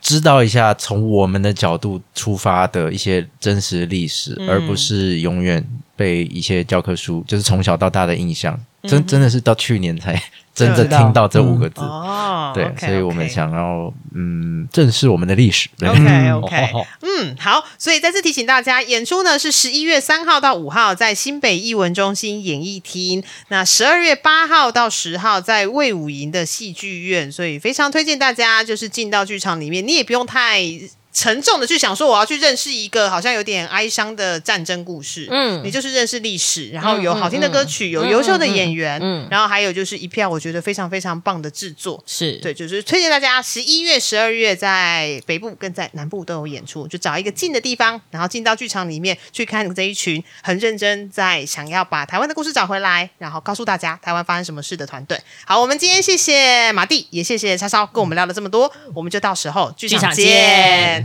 Speaker 3: 知道一下从我们的角度出发的一些真实历史，
Speaker 1: 嗯
Speaker 3: 而不是永远被一些教科书，就是从小到大的印象，
Speaker 1: 嗯
Speaker 3: 真真的是到去年才真的听到这五个字。
Speaker 1: 哦，
Speaker 3: 对
Speaker 1: OK，
Speaker 3: 所以我们
Speaker 1: OK
Speaker 3: 想要嗯正视我们的历史。对
Speaker 1: OK OK，
Speaker 3: 哦
Speaker 1: 嗯，好，所以再次提醒大家，演出呢是十一月三号到五号在新北艺文中心演艺厅，那十二月八号到十号在魏武营的戏剧院，所以非常推荐大家就是进到剧场里面，你也不用太。沉重的去想说，我要去认识一个好像有点哀伤的战争故事，嗯，
Speaker 2: 嗯
Speaker 1: 你就是认识历史，然后有
Speaker 2: 嗯嗯
Speaker 1: 好听的歌曲，有优秀的演员，
Speaker 2: 嗯嗯嗯
Speaker 1: 然后还有就是一票我觉得非常非常棒的制作，
Speaker 2: 是
Speaker 1: 对，就是推荐大家十一月、十二月在北部跟在南部都有演出，就找一个近的地方，然后进到剧场里面去看这一群很认真在想要把台湾的故事找回来，然后告诉大家台湾发生什么事的团队。好，我们今天谢谢马蒂，也谢谢叉烧跟我们聊了这么多，我们就到时候剧
Speaker 2: 剧
Speaker 1: 场
Speaker 2: 场
Speaker 1: 见
Speaker 2: 见。